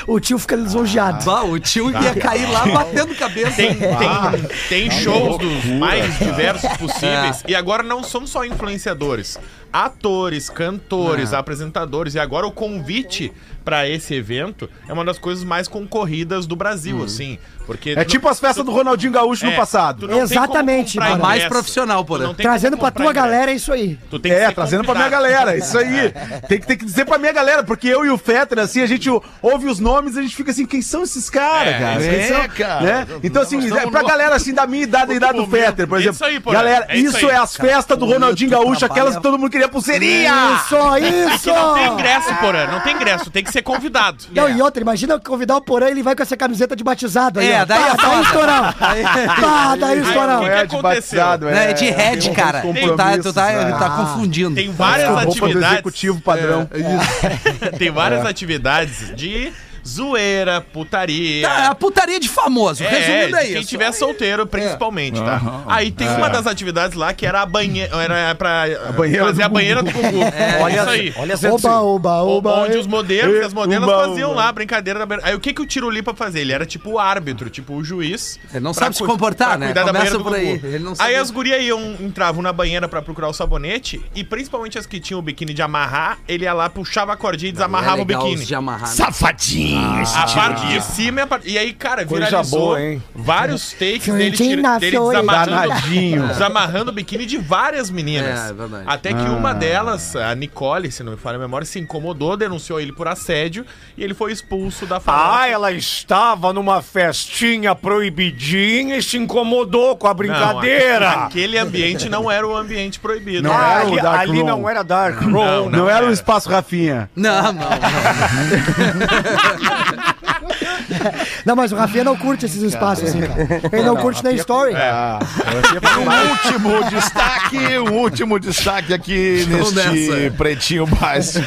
Speaker 6: O tio fica lisonjeado.
Speaker 4: Bah, o tio ia cair lá batendo cabeça.
Speaker 8: Tá. Tem, Ah, tem, tem shows dos mais diversos possíveis.
Speaker 7: É.
Speaker 8: E agora não somos só influenciadores. Atores,
Speaker 7: É.
Speaker 8: cantores, apresentadores. E agora o convite pra esse evento é uma das coisas mais concorridas do Brasil, assim. Porque
Speaker 7: Uhum.
Speaker 8: é,
Speaker 7: É tipo as festas do Ronaldinho Gaúcho no passado.
Speaker 6: Exatamente,
Speaker 8: Para
Speaker 6: Porã.
Speaker 4: É Mais profissional, né? Porã.
Speaker 6: Trazendo pra tua galera isso aí.
Speaker 8: Tu tem que
Speaker 7: É,
Speaker 8: ser
Speaker 7: trazendo pra minha
Speaker 8: convidado.
Speaker 7: galera, isso aí. Tem que, tem que dizer pra minha galera, porque eu e o Fetter, assim, a gente ouve os nomes e a gente fica assim, quem são esses caras,
Speaker 8: É,
Speaker 7: cara?
Speaker 2: é,
Speaker 7: Quem são,
Speaker 2: cara.
Speaker 7: né? Então, assim,
Speaker 2: Nós
Speaker 7: é
Speaker 2: estamos
Speaker 7: pra
Speaker 2: no-
Speaker 7: galera, assim, da minha idade, da idade do
Speaker 8: momento.
Speaker 7: Fetter, por exemplo.
Speaker 8: Isso aí, Porã.
Speaker 7: Galera,
Speaker 8: É isso
Speaker 7: isso,
Speaker 8: aí.
Speaker 7: é as festas do Ronaldinho Gaúcho, aquelas que todo mundo queria pulseirinha.
Speaker 6: Isso, É isso!
Speaker 8: Que não tem ingresso, Porã. Não tem ingresso. Tem que ser convidado.
Speaker 6: Oh!
Speaker 8: É.
Speaker 6: Não, e outra, imagina eu convidar o Porã e ele vai com essa camiseta de batizado aí.
Speaker 4: É,
Speaker 6: ó.
Speaker 4: daí é
Speaker 6: Pá, daí
Speaker 4: foda.
Speaker 6: estourado. Pá, daí
Speaker 8: Aí,
Speaker 6: estourado.
Speaker 8: o
Speaker 7: é
Speaker 8: que que aconteceu?
Speaker 4: Não, é de
Speaker 7: um
Speaker 4: head, cara. Tu tá, tu tá, tá confundindo.
Speaker 8: um Tem várias
Speaker 7: né? Roupa do
Speaker 8: atividades.
Speaker 7: executivo É. padrão.
Speaker 2: É,
Speaker 8: Tem várias atividades de zoeira, putaria.
Speaker 4: Tá, é a putaria de famoso. Resumindo
Speaker 8: de
Speaker 4: é,
Speaker 8: Quem
Speaker 4: isso.
Speaker 8: tiver solteiro, principalmente, tá? Aí tem uma das atividades lá que era a banheira. Era pra eh,
Speaker 7: banheira
Speaker 8: fazer
Speaker 7: do
Speaker 8: a banheira do Gugu. Olha isso aí.
Speaker 5: Olha
Speaker 9: é
Speaker 5: essa
Speaker 6: Oba, oba, oba.
Speaker 8: Onde os modelos e as modelas
Speaker 7: Uba,
Speaker 8: faziam
Speaker 7: uba.
Speaker 8: lá a brincadeira da banheira. Aí o que, que o Tiro Lipa fazia? Ele era tipo o árbitro, tipo o juiz.
Speaker 4: Ele não
Speaker 8: pra
Speaker 4: sabe se
Speaker 8: cu-
Speaker 4: comportar,
Speaker 8: pra
Speaker 4: né?
Speaker 8: Cuidar da
Speaker 4: Começa
Speaker 8: banheira do
Speaker 4: por aí.
Speaker 8: Gugu.
Speaker 4: Ele não sabe-
Speaker 8: aí as gurias iam, entravam na banheira pra procurar o sabonete e principalmente as que tinham o biquíni de amarrar, ele ia lá, puxava a cordinha e desamarrava
Speaker 4: É
Speaker 8: o
Speaker 4: legal
Speaker 8: biquíni.
Speaker 4: os De amarrar, né?
Speaker 1: Safadinho,
Speaker 2: Ah,
Speaker 1: esse
Speaker 8: A
Speaker 1: tiro
Speaker 8: parte
Speaker 1: aqui.
Speaker 8: de cima e a parte. E aí, cara,
Speaker 5: Coisa
Speaker 8: viralizou
Speaker 5: boa, hein?
Speaker 8: vários takes dele,
Speaker 6: Fiorentina,
Speaker 8: tira, dele
Speaker 6: Fiorentina.
Speaker 8: desamarrando, desamarrando o biquíni de várias meninas.
Speaker 4: É, é verdade.
Speaker 8: Até que uma delas, a Nicole, se não me falha a memória, se incomodou, denunciou ele por assédio e ele foi expulso da
Speaker 5: Ah,
Speaker 8: farofa.
Speaker 5: ela estava numa festinha proibidinha e se incomodou com a brincadeira.
Speaker 8: Não, aquele ambiente não era o ambiente proibido.
Speaker 7: Não
Speaker 5: Ah,
Speaker 7: era o
Speaker 5: ali,
Speaker 7: Dark
Speaker 5: ali
Speaker 7: Room.
Speaker 5: não era Dark Room.
Speaker 8: Não,
Speaker 7: Não é. era o
Speaker 8: era.
Speaker 7: espaço Rafinha.
Speaker 4: Não, não.
Speaker 6: Não, mas o Rafinha não curte esses espaços assim, cara. Ele não curte nem story.
Speaker 7: é.
Speaker 2: Um último destaque, um último destaque aqui
Speaker 4: Vamos
Speaker 2: neste
Speaker 4: nessa.
Speaker 2: Pretinho Básico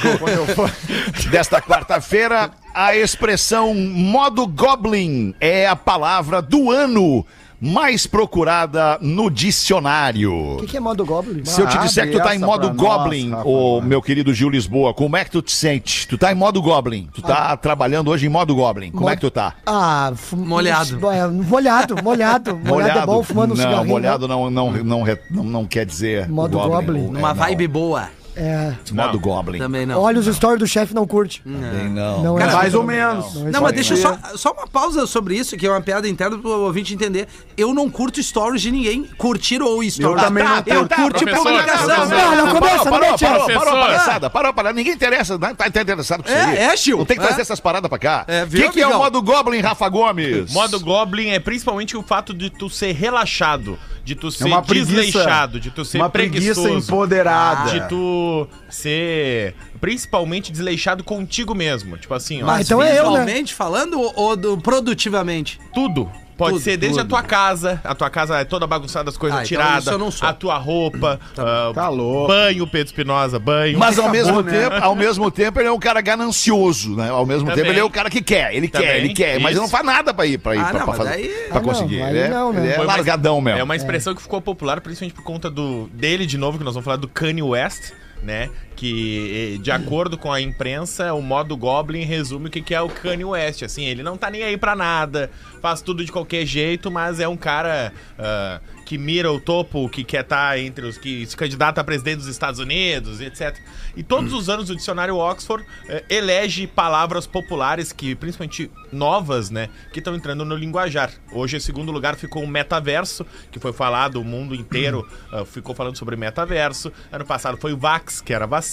Speaker 2: desta quarta-feira. A expressão modo goblin é a palavra do ano mais procurada no dicionário.
Speaker 6: O que, que é modo Goblin?
Speaker 2: Se eu te disser que tu tá em
Speaker 7: essa
Speaker 2: modo
Speaker 7: pra
Speaker 2: Goblin,
Speaker 7: nós, Rafa,
Speaker 2: ô
Speaker 7: mano.
Speaker 2: meu querido Gil Lisboa, como é que tu te sente? Tu tá em modo Goblin. Tu tá
Speaker 7: Ah.
Speaker 2: trabalhando hoje em modo Goblin. Como é que tu tá?
Speaker 6: Ah, fu-
Speaker 4: Molhado.
Speaker 6: É, molhado, molhado. Molhado é bom, fumando um
Speaker 2: não,
Speaker 6: cigarrinho.
Speaker 2: molhado não, não, não, re- não, não quer dizer
Speaker 6: Modo Goblin. né?
Speaker 2: É,
Speaker 4: Uma
Speaker 2: não.
Speaker 4: vibe boa.
Speaker 6: É.
Speaker 2: Modo Goblin.
Speaker 4: Também não.
Speaker 6: Olha os stories do chefe não curte.
Speaker 2: Também não.
Speaker 6: Não é.
Speaker 4: Cara,
Speaker 7: Mais ou menos.
Speaker 6: Não,
Speaker 4: Não, é mas deixa só, só uma pausa sobre isso, que é uma piada interna pro ouvinte entender. Eu não curto stories de ninguém. Curtir ou stories.
Speaker 7: Eu também não
Speaker 4: Eu
Speaker 7: curto.
Speaker 4: curto
Speaker 8: Tá, Professor,
Speaker 4: publicação.
Speaker 8: professor.
Speaker 6: Não, não começa, não
Speaker 2: parou,
Speaker 6: mete
Speaker 2: parou,
Speaker 6: essa.
Speaker 2: parou, parou,
Speaker 8: Professor.
Speaker 2: palhaçada, parou, parou. Ninguém interessa, não tá, tá interessado com isso
Speaker 4: É,
Speaker 2: aí.
Speaker 4: é, Gil.
Speaker 2: Não tem que trazer
Speaker 4: É.
Speaker 2: essas paradas pra cá.
Speaker 4: É,
Speaker 2: O
Speaker 4: viu,
Speaker 2: que, que é o
Speaker 4: amigão?
Speaker 2: modo Goblin, Rafa Gomes?
Speaker 8: Modo Goblin é principalmente o fato de tu ser relaxado, de tu ser
Speaker 7: uma preguiça.
Speaker 8: desleixado, de tu ser
Speaker 7: Uma preguiça
Speaker 8: preguiçoso.
Speaker 7: empoderada.
Speaker 8: De tu ser principalmente desleixado contigo mesmo. Tipo assim, ó.
Speaker 6: Mas então é eu, né?
Speaker 4: Visualmente falando ou, ou do- produtivamente?
Speaker 8: Tudo. Pode
Speaker 4: Tudo,
Speaker 8: ser desde
Speaker 4: tudo.
Speaker 8: a tua casa, a tua casa é toda bagunçada, as coisas
Speaker 4: Ah, então
Speaker 8: tiradas,
Speaker 4: isso eu não sou.
Speaker 8: a tua roupa, ah,
Speaker 7: Tá louco.
Speaker 8: banho, Pedro Espinosa, banho.
Speaker 2: Mas ao mesmo,
Speaker 7: né?
Speaker 2: tempo, ao mesmo tempo, ele é um cara ganancioso, né? Ao mesmo
Speaker 8: Também.
Speaker 2: tempo, ele é o cara que quer, ele quer,
Speaker 8: Também,
Speaker 2: ele quer, mas ele
Speaker 8: isso.
Speaker 2: não faz nada pra ir, pra ir,
Speaker 4: Ah,
Speaker 2: pra,
Speaker 4: não,
Speaker 2: pra
Speaker 4: mas
Speaker 2: fazer,
Speaker 4: daí-
Speaker 2: pra
Speaker 6: Ah, não,
Speaker 2: conseguir.
Speaker 6: aí
Speaker 2: ele é,
Speaker 6: não, né?
Speaker 2: ele é
Speaker 8: Foi uma-
Speaker 2: largadão mesmo.
Speaker 8: É uma expressão que ficou popular, principalmente por conta do dele de novo, que nós vamos falar do Kanye West, né? Que, eh, de acordo com a imprensa, o modo Goblin resume o que que é o Kanye West. Assim, ele não tá nem aí pra nada, faz tudo de qualquer jeito, mas é um cara ah, que mira o topo, que quer estar entre os que se candidata a presidente dos Estados Unidos, etc. E todos os anos o dicionário Oxford eh, elege palavras populares que, principalmente novas, né, que estão entrando no linguajar. Hoje, em segundo lugar, ficou o metaverso, que foi falado, o mundo inteiro ah, ficou falando sobre metaverso. Ano passado foi o Vax, que era vacina.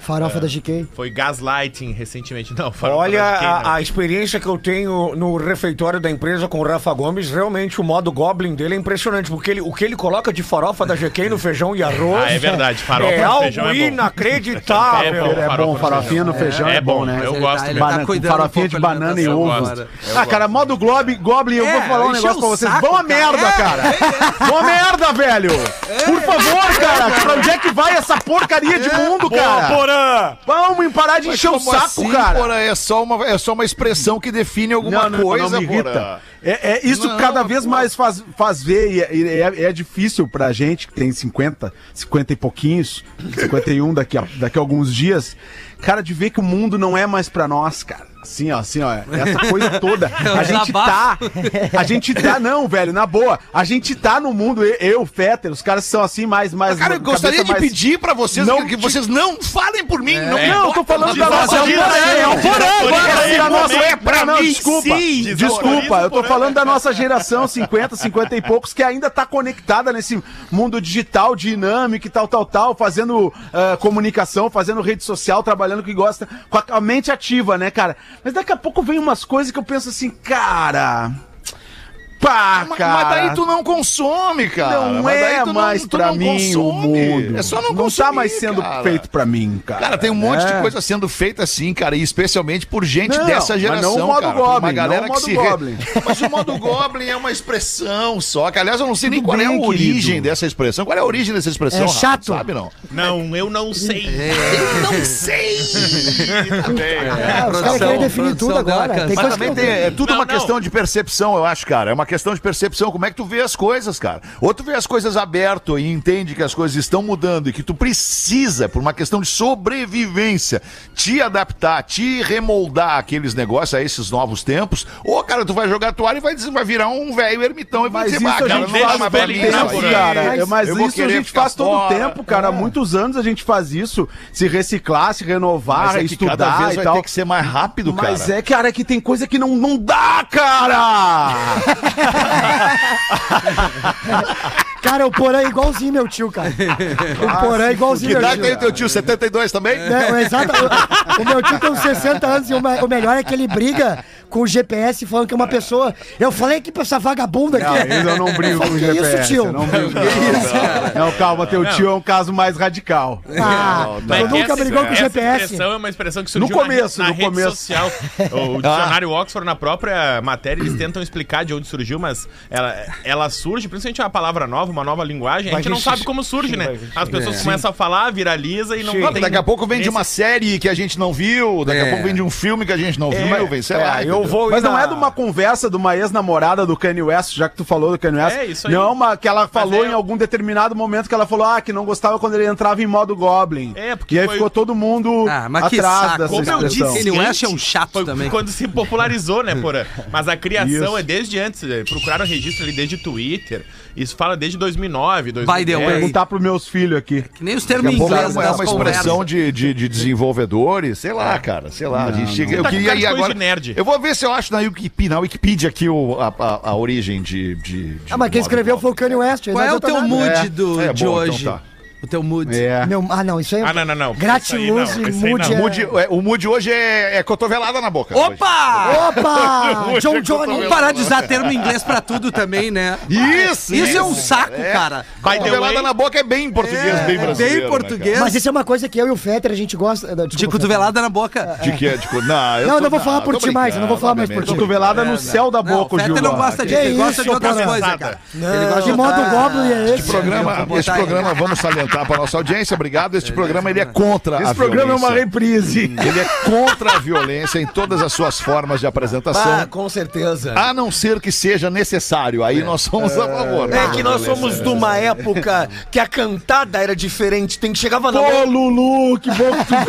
Speaker 6: Farofa
Speaker 8: Ah,
Speaker 6: da GK.
Speaker 8: Foi gaslighting recentemente. Não, farofa
Speaker 5: Olha,
Speaker 8: da GK, não.
Speaker 5: a, a experiência que eu tenho no refeitório da empresa com o Rafa Gomes, realmente o modo Goblin dele é impressionante, porque ele, o que ele coloca de farofa da GQ no feijão e arroz.
Speaker 8: Ah, é verdade, farofa
Speaker 5: É
Speaker 8: no
Speaker 5: algo
Speaker 8: feijão é bom.
Speaker 5: inacreditável.
Speaker 8: É bom.
Speaker 7: É bom, farofinha no feijão é,
Speaker 8: É
Speaker 7: bom,
Speaker 8: bom,
Speaker 7: né?
Speaker 8: eu
Speaker 4: Ele
Speaker 8: gosto
Speaker 4: ele
Speaker 8: mesmo.
Speaker 7: Banana-
Speaker 4: cuidando
Speaker 7: farofinha
Speaker 4: um
Speaker 7: de
Speaker 4: pouco da
Speaker 7: banana e
Speaker 4: alimentação
Speaker 7: ovo.
Speaker 4: agora.
Speaker 7: Ah, cara, modo Globe, Goblin, eu vou
Speaker 4: É,
Speaker 7: falar um
Speaker 4: encheu
Speaker 7: negócio pra
Speaker 4: o
Speaker 7: vocês.
Speaker 4: saco,
Speaker 7: Vão a merda,
Speaker 4: cara. É,
Speaker 7: cara. Vão a merda, velho. Por favor, cara. Pra onde é que vai essa porcaria
Speaker 4: É.
Speaker 7: de mundo, cara?
Speaker 8: Porã!
Speaker 7: Vamos parar de encher o
Speaker 2: Como
Speaker 7: saco,
Speaker 2: assim,
Speaker 7: cara.
Speaker 2: Porã? é, só uma, é só uma expressão que define alguma coisa,
Speaker 7: me
Speaker 2: Porã.
Speaker 7: irrita. É, é, isso
Speaker 2: Não,
Speaker 7: cada vez mais faz, faz ver, e é- e é, é difícil pra gente que tem 50, 50 e pouquinhos, 51 daqui a, daqui a alguns dias, cara, de ver que o mundo não é mais pra nós, cara. Assim, ó, assim, ó, essa coisa toda.
Speaker 4: É um
Speaker 7: A gente tá.
Speaker 4: desabafo.
Speaker 7: A gente tá, não, velho, na boa. A gente tá no mundo, eu, eu Fetter, os caras são assim, mais. mais
Speaker 2: Cara, eu gostaria
Speaker 7: cabeça
Speaker 2: de
Speaker 7: mais-
Speaker 2: pedir pra vocês
Speaker 7: Não
Speaker 2: que, que
Speaker 7: te- É.
Speaker 2: vocês não falem por mim. Não,
Speaker 7: Não, eu tô falando da nossa
Speaker 2: Desvaloriza
Speaker 7: geração.
Speaker 2: ele, é um porão,
Speaker 7: Essa
Speaker 2: aí,
Speaker 7: é a nossa-
Speaker 2: não é pra
Speaker 7: Não, não,
Speaker 2: mim,
Speaker 7: Desculpa,
Speaker 2: sim.
Speaker 7: desculpa. Eu tô falando da nossa geração, 50, 50 e poucos, que ainda tá conectada nesse mundo digital, dinâmico e tal, tal, tal, fazendo ah, comunicação, fazendo rede social, trabalhando o que gosta, com a- a mente ativa, né, cara? Mas daqui a pouco vem umas coisas que eu penso assim, cara. Pá,
Speaker 2: Mas,
Speaker 7: Ah, cara.
Speaker 2: mas daí tu não consome, cara.
Speaker 7: Não
Speaker 2: Mas daí
Speaker 7: é
Speaker 2: tu não-
Speaker 7: mais
Speaker 2: tu
Speaker 7: pra
Speaker 2: não
Speaker 7: mim o
Speaker 2: consome.
Speaker 7: mundo.
Speaker 2: É só não
Speaker 7: Não
Speaker 2: consumir,
Speaker 7: tá mais sendo
Speaker 2: cara.
Speaker 7: feito pra mim, cara.
Speaker 2: Cara, tem um monte de
Speaker 7: né?
Speaker 2: coisa sendo feita assim, cara, e especialmente por gente
Speaker 7: Não,
Speaker 2: dessa
Speaker 7: mas
Speaker 2: geração.
Speaker 7: não o modo
Speaker 2: cara.
Speaker 7: Goblin,
Speaker 2: uma galera
Speaker 7: não o
Speaker 2: que
Speaker 7: modo
Speaker 2: se re-
Speaker 7: Goblin.
Speaker 2: Mas o modo Goblin é uma expressão só, que aliás eu não sei nem
Speaker 7: Tudo
Speaker 2: qual é a
Speaker 7: bem,
Speaker 2: origem
Speaker 7: querido.
Speaker 2: dessa expressão. Qual é a origem dessa expressão?
Speaker 6: É
Speaker 2: Rafa?
Speaker 6: chato.
Speaker 2: Sabe não?
Speaker 8: Não, eu não sei.
Speaker 7: É.
Speaker 2: Eu não sei. Tá bem.
Speaker 6: Ah, os caras
Speaker 4: Produção,
Speaker 6: querem definir tudo
Speaker 4: produção dela
Speaker 6: agora.
Speaker 4: cansa.
Speaker 6: Tem coisa
Speaker 2: Mas
Speaker 6: que
Speaker 2: também
Speaker 6: não
Speaker 2: tem, é
Speaker 6: tem.
Speaker 2: tudo
Speaker 8: Não,
Speaker 2: uma
Speaker 8: não.
Speaker 2: questão de percepção, eu acho, cara. É uma questão de percepção. Como é que tu vê as coisas, cara? Ou tu vê as coisas aberto e entende que as coisas estão mudando e que tu precisa, por uma questão de sobrevivência, te adaptar, te remoldar aqueles negócios a esses novos tempos. Ou, cara, tu vai jogar a toalha e vai, dizer- vai virar um velho ermitão e vai
Speaker 7: Mas
Speaker 2: dizer,
Speaker 7: isso
Speaker 2: "Bah,
Speaker 7: a
Speaker 2: cara,
Speaker 7: gente
Speaker 2: não dá
Speaker 7: faz
Speaker 2: mais
Speaker 7: todo
Speaker 2: pra
Speaker 8: velho
Speaker 2: mim
Speaker 8: ermitão,
Speaker 2: isso
Speaker 7: tempo,
Speaker 2: aí."
Speaker 7: cara. É, Mas
Speaker 2: Eu vou
Speaker 7: isso a
Speaker 2: querer
Speaker 7: gente
Speaker 2: ficar
Speaker 7: faz todo
Speaker 2: fora.
Speaker 7: tempo, cara. Há muitos anos a gente faz isso. Se reciclar, se renovar,
Speaker 2: Mas é que
Speaker 7: estudar
Speaker 2: cada vez
Speaker 7: e
Speaker 2: vai
Speaker 7: tal.
Speaker 2: ter que ser mais rápido, cara.
Speaker 7: Mas é, cara, que tem coisa que não, não dá, cara!
Speaker 6: Cara, o Porã é igualzinho meu tio, cara. O Porã é
Speaker 2: Que
Speaker 6: igualzinho meu
Speaker 2: idade tem
Speaker 6: tio.
Speaker 2: o teu tio? 72 também?
Speaker 6: Né, o, exato, o, o meu tio tem uns 60 anos e o, me- o melhor é que ele briga com o GPS falando que é uma pessoa. Eu falei que pra essa vagabunda aqui. é-
Speaker 7: Não, eles eu não brigo com o
Speaker 6: Que
Speaker 7: GPS.
Speaker 6: isso, tio?
Speaker 7: eu não brigo com isso. Não, calma, teu tio é um caso mais radical.
Speaker 6: Ah,
Speaker 8: Mas
Speaker 6: tu
Speaker 8: que
Speaker 6: nunca
Speaker 8: essa-
Speaker 6: brigou com o
Speaker 8: essa
Speaker 6: GPS.
Speaker 8: expressão é uma expressão que surgiu
Speaker 7: No começo,
Speaker 8: na, re- na
Speaker 7: no
Speaker 8: rede
Speaker 7: começo.
Speaker 8: social. O dicionário Oxford, na própria matéria, eles tentam explicar de onde surgiu, mas ela, ela surge, principalmente é uma palavra nova, uma nova linguagem, a gente não sabe como surge, né? As pessoas começam a falar, viraliza e não
Speaker 2: Ah, daqui a pouco vem de uma série que a gente não viu, daqui
Speaker 4: É.
Speaker 2: a pouco vem de um filme que a gente não viu, vem, sei lá.
Speaker 5: É, eu Eu vou ir
Speaker 7: Mas não
Speaker 5: na-
Speaker 7: é de uma conversa de uma ex-namorada do Kanye West, já que tu falou do Kanye West.
Speaker 8: É, isso aí.
Speaker 7: Não, uma, que ela falou
Speaker 8: é-
Speaker 7: em algum determinado momento que ela falou ah, que não gostava quando ele entrava em modo Goblin.
Speaker 8: É, porque
Speaker 7: e aí
Speaker 8: foi-
Speaker 7: ficou todo mundo
Speaker 4: Ah, mas que
Speaker 7: atrás
Speaker 4: saco.
Speaker 7: dessa
Speaker 4: Como eu
Speaker 7: expressão.
Speaker 4: disse, Kanye West é um
Speaker 8: antes,
Speaker 4: chato
Speaker 8: foi
Speaker 4: também.
Speaker 8: Quando se popularizou, né, Porã? Mas a criação
Speaker 7: Isso.
Speaker 8: é desde antes. eh, Procuraram registro ali desde Twitter. Isso fala desde
Speaker 4: By
Speaker 8: 2009,
Speaker 4: the
Speaker 8: 2010.
Speaker 4: way.
Speaker 7: Perguntar pros meus filhos aqui.
Speaker 4: Que nem os termos em
Speaker 2: Pô,
Speaker 4: inglês
Speaker 2: é
Speaker 4: das
Speaker 2: uma
Speaker 4: conversas.
Speaker 2: expressão de, de, de desenvolvedores, sei lá, cara, sei lá. a gente chega- eu
Speaker 8: Tá com
Speaker 2: queria
Speaker 8: cara de
Speaker 2: ir
Speaker 8: coisa
Speaker 2: agora.
Speaker 8: de nerd.
Speaker 2: Eu vou ver se eu acho na Wikipedia, na Wikipedia aqui o, a, a, a origem de, de, de
Speaker 6: Ah, mas quem
Speaker 2: modo
Speaker 6: escreveu
Speaker 2: Goblin.
Speaker 6: foi o Kanye West. ele
Speaker 4: Qual
Speaker 6: não
Speaker 4: é o
Speaker 6: adianta
Speaker 4: teu
Speaker 6: nada.
Speaker 4: mood
Speaker 2: É,
Speaker 4: do,
Speaker 2: é,
Speaker 4: de
Speaker 2: boa,
Speaker 4: hoje?
Speaker 2: então tá.
Speaker 4: O teu mood.
Speaker 7: É.
Speaker 6: Meu, ah, não, isso aí.
Speaker 8: Ah, não, não, não.
Speaker 6: Gratiloso
Speaker 8: Isso aí não,
Speaker 6: e
Speaker 8: isso aí não.
Speaker 6: mood é-
Speaker 2: O Mood- é, o mood hoje é, é cotovelada na boca. hoje.
Speaker 4: Opa!
Speaker 6: Opa! John Johnny.
Speaker 4: Vamos parar de usar termo em inglês pra tudo também, né?
Speaker 2: Isso,
Speaker 4: Isso é um
Speaker 2: isso.
Speaker 4: saco, cara.
Speaker 8: By the
Speaker 2: Cotovelada
Speaker 8: way-
Speaker 2: na boca é bem em português,
Speaker 4: É,
Speaker 2: bem brasileiro.
Speaker 4: bem
Speaker 2: né,
Speaker 4: português.
Speaker 6: Mas isso é uma coisa que eu e o Fetter a gente gosta. eh, Desculpa,
Speaker 4: De
Speaker 6: Fetter.
Speaker 4: cotovelada na boca.
Speaker 2: cara? De que é, de co- não, eu
Speaker 6: Não,
Speaker 2: tô-
Speaker 6: não vou falar
Speaker 2: tô
Speaker 6: por ti mais,
Speaker 2: brincando,
Speaker 6: não vou falar mais por
Speaker 2: obviamente.
Speaker 6: ti.
Speaker 7: Cotovelada no céu
Speaker 2: Tá
Speaker 7: da
Speaker 4: Não, o
Speaker 7: boca, o
Speaker 4: Fetter
Speaker 7: Gil.
Speaker 4: não gosta disso,
Speaker 6: Que
Speaker 4: ele gosta
Speaker 6: isso,
Speaker 4: de outras
Speaker 6: cara.
Speaker 4: coisas, cara. Ele gosta
Speaker 6: Que modo
Speaker 4: outra-
Speaker 6: goblin é esse?
Speaker 4: Eu
Speaker 2: Programa,
Speaker 4: vou
Speaker 2: esse
Speaker 4: botar
Speaker 2: programa, vamos salientar para nossa audiência, obrigado. Este programa ele é contra a
Speaker 7: Esse programa é uma
Speaker 2: violência.
Speaker 7: reprise.
Speaker 2: Ele é contra a violência em todas as suas formas de apresentação,
Speaker 5: Ah, com certeza.
Speaker 2: a não ser que seja necessário. Aí nós somos a favor.
Speaker 5: É que nós somos de uma época que a cantada era diferente, tem que chegava na
Speaker 7: Ô,
Speaker 5: mão,
Speaker 7: Lulu, que bom que tu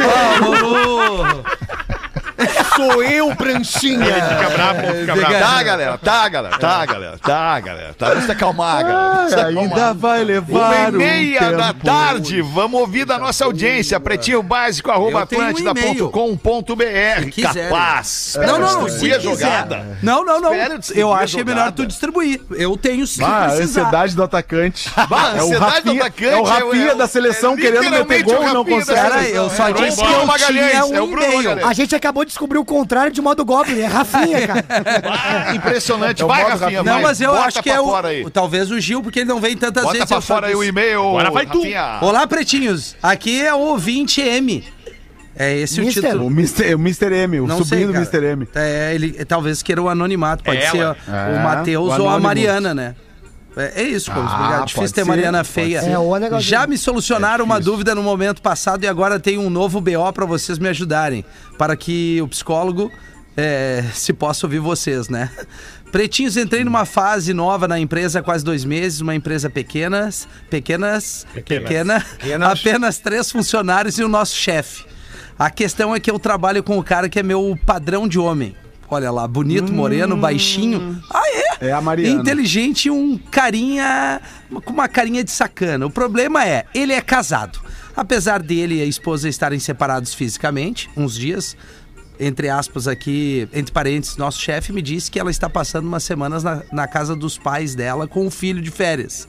Speaker 7: veio.
Speaker 4: Ô,
Speaker 5: sou eu, Pranchinha.
Speaker 8: Fica bravo, fica
Speaker 4: Fica-
Speaker 8: bravo.
Speaker 2: Tá, galera, tá, galera, tá, galera, tá, galera. Tá, vamos se acalmar, galera. Vamos se
Speaker 7: Ainda
Speaker 2: acalmar.
Speaker 7: vai
Speaker 2: Uma e
Speaker 7: levar um
Speaker 2: meia da
Speaker 7: tempo.
Speaker 2: tarde, vamos ouvir da nossa audiência, pretinho básico, arroba
Speaker 4: Eu tenho um
Speaker 2: atlântida.com.br.
Speaker 4: Se quiser.
Speaker 2: Capaz.
Speaker 4: Não, não, não.
Speaker 2: Distribuir a
Speaker 4: Se quiser.
Speaker 2: jogada.
Speaker 4: Não, não, não.
Speaker 2: Espera distribuir
Speaker 4: Eu
Speaker 2: a
Speaker 4: acho que é melhor
Speaker 2: jogada.
Speaker 4: tu distribuir. Eu tenho se
Speaker 7: Ah, a
Speaker 4: precisar.
Speaker 7: ansiedade do atacante.
Speaker 2: Bah,
Speaker 7: é o
Speaker 2: ansiedade
Speaker 7: Rafinha,
Speaker 2: do atacante,
Speaker 7: É o
Speaker 2: é o- é
Speaker 7: Rafinha
Speaker 2: o-
Speaker 7: da seleção
Speaker 2: é
Speaker 7: querendo meter
Speaker 2: literalmente
Speaker 7: gol
Speaker 2: o
Speaker 7: e não
Speaker 2: Rafinha da
Speaker 4: Cara,
Speaker 7: consegue.
Speaker 4: eu só
Speaker 2: É,
Speaker 4: disse que
Speaker 2: Bruno
Speaker 4: eu
Speaker 2: Magalhães,
Speaker 4: tinha
Speaker 2: é o
Speaker 4: um
Speaker 2: Bruno
Speaker 4: e-mail.
Speaker 2: Magalhães.
Speaker 6: A gente acabou de descobrir o contrário de modo goblin. É Rafinha, cara.
Speaker 2: Ah, impressionante.
Speaker 7: É o
Speaker 2: Vai,
Speaker 7: modo
Speaker 2: Rafinha,
Speaker 7: Rafinha.
Speaker 4: Não,
Speaker 2: vai.
Speaker 4: mas eu
Speaker 2: Bota
Speaker 4: acho que
Speaker 2: pra
Speaker 4: é o,
Speaker 2: fora aí.
Speaker 4: talvez o Gil, porque ele não vem tantas
Speaker 2: Bota
Speaker 4: vezes.
Speaker 2: pra
Speaker 4: eu só
Speaker 2: fora aí o
Speaker 4: disse.
Speaker 2: e-mail.
Speaker 8: Agora vai tu.
Speaker 2: Rafinha.
Speaker 4: Olá, pretinhos. Aqui é o 20M. É esse
Speaker 6: Mister.
Speaker 4: o título.
Speaker 7: O Mr. o Mr. M, o
Speaker 4: Não sei,
Speaker 7: sobrinho do
Speaker 4: cara.
Speaker 7: Mr. M.
Speaker 4: É, ele talvez queira o anonimato, pode
Speaker 8: É
Speaker 4: ser
Speaker 8: ela.
Speaker 4: ó,
Speaker 7: É,
Speaker 4: o
Speaker 7: o
Speaker 4: Matheus ou a
Speaker 7: anônimo.
Speaker 4: Mariana, né? É, é isso, Cous, obrigado. Difícil
Speaker 7: pode
Speaker 4: ter
Speaker 7: ser,
Speaker 4: Mariana
Speaker 7: pode
Speaker 4: feia.
Speaker 6: ser. É, o negócio-
Speaker 4: Já me solucionaram uma dúvida no momento passado e agora tem um novo BO pra vocês me ajudarem, para que o psicólogo é, se possa ouvir vocês, né? Pretinhos, entrei numa fase nova na empresa há quase dois meses, uma empresa pequenas, pequenas, pequena, apenas três funcionários e o nosso chefe. A questão é que eu trabalho com o cara que é meu padrão de homem. Olha lá, bonito, moreno, baixinho. Ah, é?
Speaker 7: É a Mariana.
Speaker 4: Inteligente, e um carinha. com uma carinha de sacana. O problema é, ele é casado. Apesar dele e a esposa estarem separados fisicamente, uns dias, entre aspas aqui, entre parênteses, nosso chefe me disse que ela está passando umas semanas na, na casa dos pais dela com o filho de férias.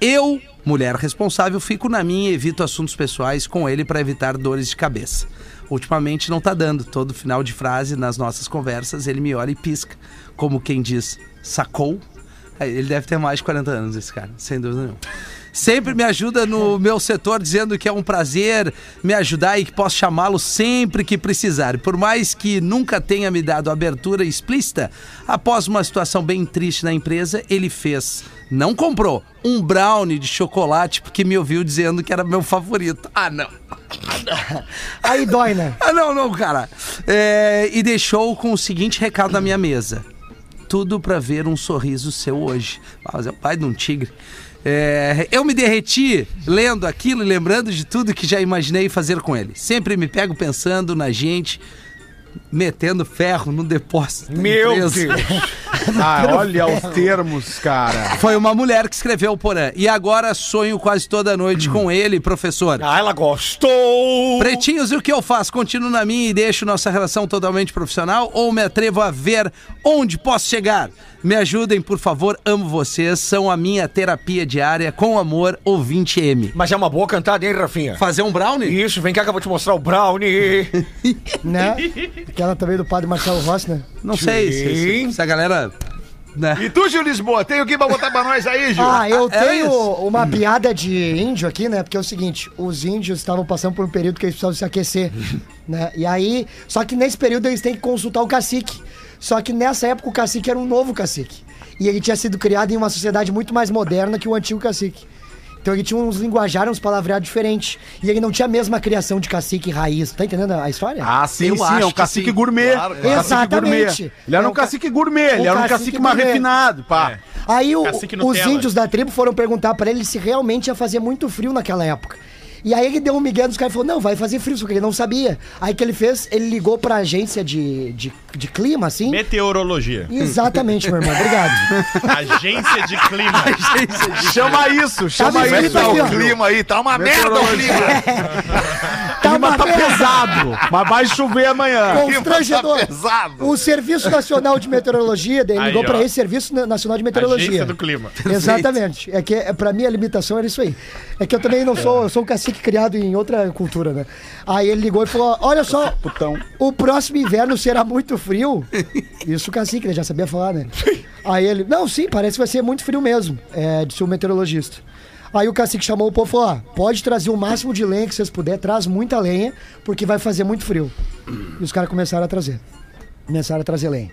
Speaker 4: Eu, mulher responsável, fico na minha e evito assuntos pessoais com ele para evitar dores de cabeça. Ultimamente não tá dando. Todo final de frase nas nossas conversas ele me olha e pisca, como quem diz, sacou? Aí, Ele deve ter mais de 40 anos, esse cara, sem dúvida nenhuma. Sempre me ajuda no meu setor, dizendo que é um prazer me ajudar e que posso chamá-lo sempre que precisar. Por mais que nunca tenha me dado abertura explícita, após uma situação bem triste na empresa, ele fez, não comprou, um brownie de chocolate porque me ouviu dizendo que era meu favorito. Ah, não.
Speaker 6: Aí dói, né?
Speaker 4: Ah, não, não, cara. É, e deixou com o seguinte recado na minha mesa. Tudo pra ver um sorriso seu hoje. Ah, Mas é o pai de um tigre. É, eu me derreti lendo aquilo e lembrando de tudo que já imaginei fazer com ele. Sempre me pego pensando na gente metendo ferro no depósito. da
Speaker 5: Meu
Speaker 4: empresa.
Speaker 5: Deus.
Speaker 7: Ah, olha os termos, cara.
Speaker 4: Foi uma mulher que escreveu Porã. E agora sonho quase toda noite com ele, professor.
Speaker 5: Ah, ela gostou.
Speaker 4: Pretinhos, e o que eu faço? Continuo na minha e deixo nossa relação totalmente profissional ou me atrevo a ver onde posso chegar? Me ajudem, por favor, amo vocês, são a minha terapia diária com amor ouvinte M.
Speaker 5: Mas é uma boa cantada, hein, Rafinha?
Speaker 4: Fazer um brownie?
Speaker 5: Isso, vem cá que eu vou te mostrar o brownie.
Speaker 6: Né? Aquela também do padre Marcelo Rossi, né?
Speaker 4: Não sei se, se- se a galera. Né?
Speaker 2: E tu, Gil Lisboa, tem o que pra botar pra nós aí, Gil?
Speaker 6: Ah, eu
Speaker 4: era
Speaker 6: tenho
Speaker 4: isso.
Speaker 6: uma piada de índio aqui, né? Porque é o seguinte, os índios estavam passando por um período que eles precisavam se aquecer, né? E aí, só que nesse período eles têm que consultar o cacique. Só que nessa época o cacique era um novo cacique. E ele tinha sido criado em uma sociedade muito mais moderna que o antigo cacique. Então ele tinha uns linguajar, uns palavreados diferentes. E ele não tinha a mesma criação de cacique raiz. Tá entendendo a a história?
Speaker 7: Ah, sim,
Speaker 4: Eu
Speaker 7: sim,
Speaker 4: acho
Speaker 7: é um
Speaker 4: que
Speaker 7: cacique
Speaker 4: sim.
Speaker 7: gourmet.
Speaker 2: Claro,
Speaker 7: Cacique
Speaker 6: claro. Exatamente.
Speaker 7: gourmet. Ele era
Speaker 6: É
Speaker 7: um
Speaker 6: um ca-
Speaker 7: cacique gourmet, ele
Speaker 6: um
Speaker 7: era um
Speaker 6: cacique
Speaker 7: cacique mais
Speaker 6: gourmet. É.
Speaker 7: refinado, pá.
Speaker 6: Aí o-
Speaker 8: Cacique
Speaker 6: os
Speaker 8: Nutella.
Speaker 6: índios da tribo foram perguntar pra ele se realmente ia fazer muito frio naquela época. E aí ele deu um migué nos caras e falou, não, vai fazer frio, só que ele não sabia. Aí o que ele fez, ele ligou pra agência de, de, de clima, assim.
Speaker 8: Meteorologia.
Speaker 6: Exatamente, meu irmão, obrigado.
Speaker 8: Agência de clima.
Speaker 7: Chama isso, chama
Speaker 6: escrito
Speaker 7: isso.
Speaker 6: aqui, ó.
Speaker 7: Tá,
Speaker 2: é O clima aí, tá uma merda o clima.
Speaker 6: Tá uma
Speaker 7: tá
Speaker 6: merda.
Speaker 7: pesado, mas vai chover amanhã.
Speaker 6: Constrangedor.
Speaker 2: Tá pesado.
Speaker 6: O Serviço Nacional de Meteorologia, ele
Speaker 8: Aí,
Speaker 6: ligou pra
Speaker 8: ó.
Speaker 6: esse Serviço Na- Nacional de
Speaker 8: Agência
Speaker 6: Meteorologia.
Speaker 8: do clima.
Speaker 6: Exatamente. É que é, pra mim a limitação era isso aí. É que eu também não sou, eu sou um cacique criado em outra cultura, né? Aí ele ligou e falou: Olha só, o próximo inverno será muito frio. Isso o cacique, ele já sabia falar, né? Aí ele: Não, sim, parece que vai ser muito frio mesmo. É, disse o meteorologista. Aí o cacique chamou o povo e falou: "Ó, pode trazer o máximo de lenha que vocês puderem, traz muita lenha, porque vai fazer muito frio. E os caras começaram a trazer começaram a trazer lenha.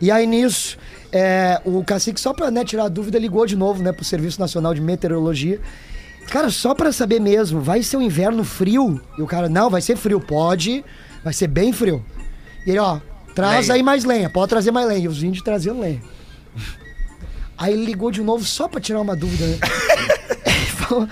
Speaker 6: E aí nisso, é, o cacique, só pra né, tirar a dúvida, ligou de novo né, pro Serviço Nacional de Meteorologia. Cara, só pra saber mesmo, vai ser um inverno frio? E o cara, não, vai ser frio, pode, vai ser bem frio. E ele, ó, traz aí mais lenha, pode trazer mais lenha. E os índios trazendo lenha. Aí ele ligou de novo só pra tirar uma dúvida, né? Ele falou,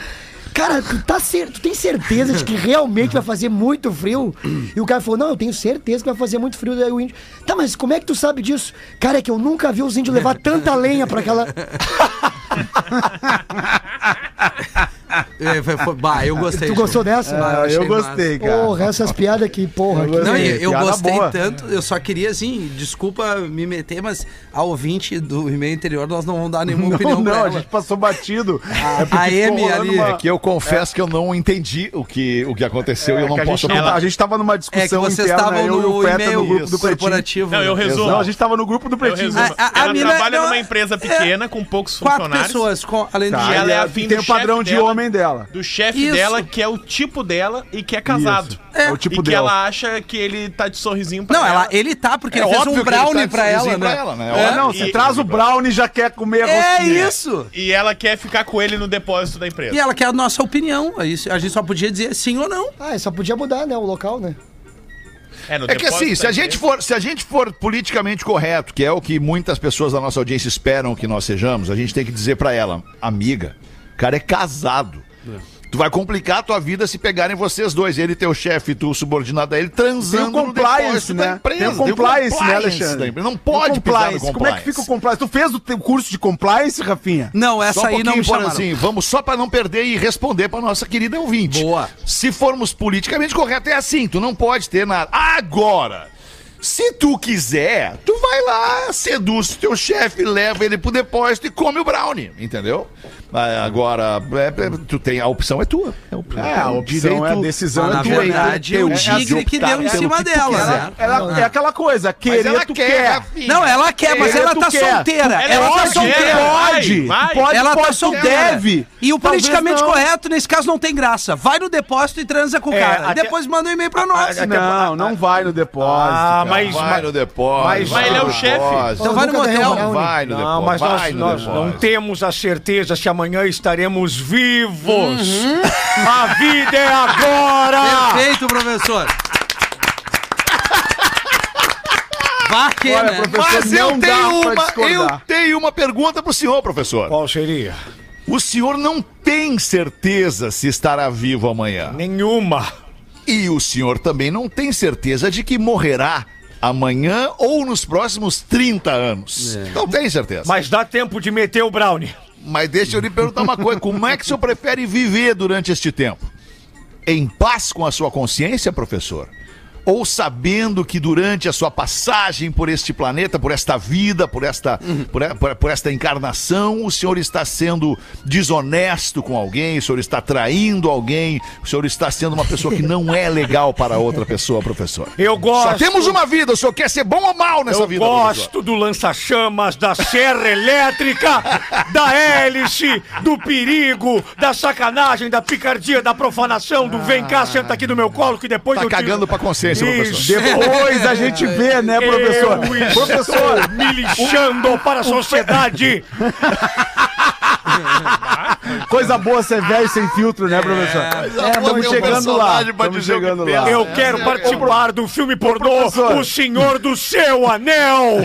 Speaker 6: Cara, tu, tá cer tu tem certeza de que realmente vai fazer muito frio? E o cara falou, não, eu tenho certeza que vai fazer muito frio. Daí o índio, tá, mas como é que tu sabe disso? Cara, é que eu nunca vi os índios levar tanta lenha pra aquela...
Speaker 4: É, foi- foi- bah, eu gostei.
Speaker 6: Tu
Speaker 4: Ju.
Speaker 6: gostou dessa?
Speaker 4: Ah,
Speaker 7: Ah, eu
Speaker 4: achei massa.
Speaker 7: gostei, cara.
Speaker 6: Porra, essas piadas aqui, porra.
Speaker 7: Eu
Speaker 4: Não, e eu
Speaker 7: Piada
Speaker 4: gostei
Speaker 7: boa.
Speaker 4: tanto, eu só queria assim, desculpa me meter, mas ao ouvinte do e-mail anterior nós não vamos dar nenhuma opinião
Speaker 7: Não,
Speaker 4: pra
Speaker 7: não, a
Speaker 4: ela.
Speaker 7: gente passou batido. É porque
Speaker 4: a
Speaker 7: ficou
Speaker 4: Amy
Speaker 7: rolando
Speaker 4: ali,
Speaker 7: uma-
Speaker 4: é
Speaker 2: Que eu confesso que eu não entendi o que, o que aconteceu e eu não
Speaker 7: que a,
Speaker 2: posso
Speaker 7: gente não,
Speaker 2: opinar.
Speaker 7: tá- a gente tava numa
Speaker 4: É que
Speaker 7: discussão
Speaker 4: vocês
Speaker 7: interna,
Speaker 4: estavam
Speaker 7: eu e o
Speaker 4: no
Speaker 7: Feta no
Speaker 4: e-mail
Speaker 7: grupo do Pretinho.
Speaker 4: corporativo. né?
Speaker 8: Não, eu resumo.
Speaker 7: Não, a gente tava no grupo do
Speaker 8: Eu
Speaker 7: Pretinho.
Speaker 8: resumo.
Speaker 4: A- a- a
Speaker 8: ela
Speaker 4: mina-
Speaker 8: trabalha
Speaker 4: não, é-
Speaker 8: numa empresa pequena com poucos
Speaker 4: Quatro
Speaker 8: funcionários.
Speaker 4: pessoas, com, além
Speaker 7: Tá,
Speaker 4: de
Speaker 8: E ela
Speaker 7: e
Speaker 8: é
Speaker 7: a-
Speaker 8: afim
Speaker 7: tem
Speaker 8: do
Speaker 7: o
Speaker 8: chefe
Speaker 7: padrão de
Speaker 8: dela.
Speaker 7: homem dela.
Speaker 8: Do chefe
Speaker 4: Isso.
Speaker 8: dela, que é o tipo dela e que é casado.
Speaker 7: Isso. É o tipo
Speaker 8: e que
Speaker 7: dela.
Speaker 8: ela acha que ele tá de sorrisinho pra
Speaker 4: Não,
Speaker 8: ela.
Speaker 4: ela, ele tá, porque
Speaker 2: É
Speaker 4: ele fez
Speaker 2: óbvio que
Speaker 4: um
Speaker 2: ele tá
Speaker 4: brownie
Speaker 2: de
Speaker 4: pra ela,
Speaker 2: sorrisinho
Speaker 4: né?
Speaker 2: pra ela, né?
Speaker 7: É,
Speaker 2: É.
Speaker 7: não, você
Speaker 8: E-
Speaker 7: traz o brownie e já quer comer a
Speaker 4: É
Speaker 7: rosquinha.
Speaker 4: isso!
Speaker 8: E ela quer ficar com ele no depósito da empresa.
Speaker 4: E ela quer a nossa opinião. aí A gente só podia dizer sim ou não.
Speaker 6: Ah, só podia mudar, né, o local, né?
Speaker 8: no
Speaker 2: É que
Speaker 8: depósito
Speaker 2: assim, se
Speaker 8: da
Speaker 2: a gente
Speaker 8: empresa.
Speaker 2: for, se a gente for politicamente correto, que é o que muitas pessoas da nossa audiência esperam que nós sejamos, a gente tem que dizer pra ela, amiga, o cara é casado. Tu vai complicar a tua vida se pegarem vocês dois, ele teu chefe e tu subordinado a ele
Speaker 7: Tem
Speaker 2: transando
Speaker 7: o compliance,
Speaker 2: no depósito da
Speaker 7: né?
Speaker 2: empresa.
Speaker 7: Tem o
Speaker 2: Tem o
Speaker 7: compliance, né,
Speaker 2: compliance da
Speaker 7: Alexandre?
Speaker 2: empresa. Não pode
Speaker 7: Tem o
Speaker 2: pisar no
Speaker 7: Como é que fica o compliance? Tu fez o teu curso de compliance, Rafinha?
Speaker 4: Não, essa
Speaker 2: Só um
Speaker 4: aí não
Speaker 2: pouquinho,
Speaker 4: me chamaram.
Speaker 2: Borazinho. Vamos só pra não perder e responder pra nossa querida ouvinte.
Speaker 4: Boa.
Speaker 2: Se formos politicamente correto, é assim. Tu não pode ter nada. Agora, se tu quiser, tu vai lá, seduz teu chefe, leva ele pro depósito e come o brownie. Entendeu? Ah, Agora, é, é, tu tem, a opção é tua. É, op-
Speaker 7: É, a opção, é a decisão
Speaker 4: Mas,
Speaker 7: é
Speaker 4: na
Speaker 7: tua.
Speaker 4: verdade, é o
Speaker 7: É
Speaker 4: tigre que
Speaker 7: optar
Speaker 4: deu em
Speaker 7: pelo
Speaker 4: cima
Speaker 7: que tu
Speaker 4: dela,
Speaker 7: quiser.
Speaker 4: né?
Speaker 7: Ela- É aquela coisa,
Speaker 2: Mas
Speaker 7: querer
Speaker 2: ela
Speaker 7: tu
Speaker 2: quer,
Speaker 7: quer.
Speaker 2: Rafinha.
Speaker 4: Não, ela quer,
Speaker 2: É,
Speaker 4: mas
Speaker 7: Querer
Speaker 4: ela
Speaker 7: tu
Speaker 4: tá
Speaker 7: quer.
Speaker 4: solteira.
Speaker 8: Ela é
Speaker 4: Ela tá
Speaker 8: ótima.
Speaker 4: solteira.
Speaker 7: Pode,
Speaker 8: vai.
Speaker 7: pode,
Speaker 4: Ela
Speaker 7: pode,
Speaker 4: tá solteira.
Speaker 7: deve.
Speaker 4: E o
Speaker 7: Talvez
Speaker 4: politicamente
Speaker 7: não.
Speaker 4: correto, nesse caso, não tem graça. Vai no depósito e transa com o
Speaker 7: É,
Speaker 4: cara. E
Speaker 7: até-
Speaker 4: depois manda um e-mail pra nós.
Speaker 7: Não, não vai no depósito.
Speaker 5: Ah,
Speaker 7: cara.
Speaker 5: mas.
Speaker 2: Vai no depósito.
Speaker 7: mas-
Speaker 2: vai
Speaker 8: mas ele é
Speaker 2: no
Speaker 8: o chefe.
Speaker 2: depósito.
Speaker 4: Então vai no
Speaker 6: Nunca ganhou
Speaker 4: motel.
Speaker 6: brownie.
Speaker 2: Vai no
Speaker 5: Não, mas
Speaker 2: depósito.
Speaker 5: nós,
Speaker 2: Vai
Speaker 5: nós
Speaker 2: no
Speaker 5: não
Speaker 2: depósito.
Speaker 5: temos a certeza se amanhã estaremos vivos.
Speaker 2: Uhum.
Speaker 5: A vida é agora!
Speaker 4: Perfeito, professor. Vá que,
Speaker 7: Olha,
Speaker 4: né?
Speaker 7: professor,
Speaker 2: Mas eu
Speaker 7: não dá
Speaker 2: tenho,
Speaker 7: pra
Speaker 2: uma, eu
Speaker 7: discordar.
Speaker 2: tenho uma pergunta pro senhor, professor.
Speaker 5: Qual seria?
Speaker 2: O senhor não tem certeza se estará vivo amanhã.
Speaker 5: Nenhuma.
Speaker 2: E o senhor também não tem certeza de que morrerá amanhã ou nos próximos 30 anos.
Speaker 7: É.
Speaker 2: Não tem certeza. Mas,
Speaker 5: Mas dá tempo de meter o brownie.
Speaker 2: deixa eu lhe perguntar uma coisa: como é que o senhor prefere viver durante este tempo? Em paz com a sua consciência, professor? Ou sabendo que durante a sua passagem por este planeta, por esta vida, por esta, por, e- por- por esta encarnação, o senhor está sendo desonesto com alguém, o senhor está traindo alguém, o senhor está sendo uma pessoa que não é legal para outra pessoa, professor?
Speaker 5: Eu
Speaker 2: Só
Speaker 5: gosto.
Speaker 2: temos uma vida, o senhor quer ser bom ou mal nessa
Speaker 5: Eu
Speaker 2: vida? professor?
Speaker 5: gosto do lança-chamas, da serra elétrica, da hélice, do perigo, da sacanagem, da picardia, da profanação, do vem cá, senta aqui no meu colo que depois
Speaker 2: Tá
Speaker 5: eu
Speaker 2: cagando pra consciência, professor.
Speaker 7: Depois a gente vê, né, professor?
Speaker 5: Eu estou
Speaker 7: Professor, um-
Speaker 5: me lixando para a sociedade.
Speaker 7: Coisa boa ser velho sem filtro, né, professor? Estamos chegando lá. Estamos chegando lá.
Speaker 9: Eu quero participar do filme pornô
Speaker 7: Tá. É, professor. É,
Speaker 9: O Senhor do Seu Anel.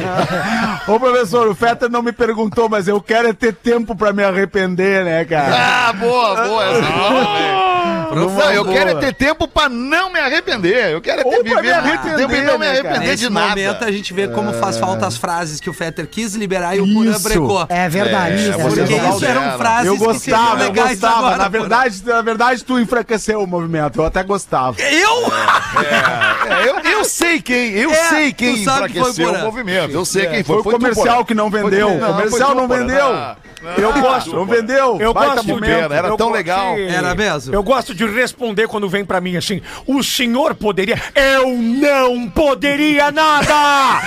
Speaker 7: Ô, professor, o Fetter não me perguntou, mas eu quero é ter tempo pra me arrepender, né, cara?
Speaker 2: Ah, boa, boa. Essa é
Speaker 7: Ah,
Speaker 2: boa também. Não, eu quero é ter tempo pra não me arrepender. Eu quero é ter
Speaker 7: Ou pra me
Speaker 2: vivido muito
Speaker 7: arrepender,
Speaker 2: tempo e não me
Speaker 7: né, cara?
Speaker 2: arrepender
Speaker 4: Nesse
Speaker 2: de nada. É.
Speaker 4: momento a gente vê como faz falta as frases que o Fetter quis liberar e o Cunha
Speaker 7: Isso.
Speaker 4: brecou.
Speaker 6: É verdade.
Speaker 2: É,
Speaker 6: isso
Speaker 2: você
Speaker 4: Porque
Speaker 2: não
Speaker 4: isso
Speaker 2: valdearam.
Speaker 4: eram frases
Speaker 7: Eu
Speaker 4: que seriam
Speaker 7: gostava, eu
Speaker 4: legais
Speaker 7: gostava.
Speaker 4: agora,
Speaker 7: na,
Speaker 2: né?
Speaker 4: pô.
Speaker 7: verdade, na verdade, tu enfraqueceu o movimento. Eu até gostava.
Speaker 4: Eu?
Speaker 2: É, eu, eu sei quem, eu
Speaker 4: É,
Speaker 2: sei
Speaker 4: tu
Speaker 2: quem
Speaker 4: sabe que foi
Speaker 2: enfraqueceu
Speaker 4: Porã.
Speaker 2: o movimento. Eu sei É, quem foi.
Speaker 7: Foi, o comercial
Speaker 2: tu, Porã.
Speaker 7: que não vendeu.
Speaker 2: Foi tu,
Speaker 7: o comercial
Speaker 2: foi tu,
Speaker 7: não
Speaker 2: Porã.
Speaker 7: vendeu.
Speaker 2: Ah,
Speaker 7: Eu gosto. Não vendeu.
Speaker 9: Eu
Speaker 7: Baita
Speaker 9: gosto de
Speaker 7: momento.
Speaker 2: pena, era
Speaker 9: eu
Speaker 2: tão
Speaker 9: gosto
Speaker 2: legal.
Speaker 9: de-
Speaker 4: Era mesmo?
Speaker 9: Eu gosto de responder quando vem pra mim assim: o senhor poderia. Eu não poderia nada!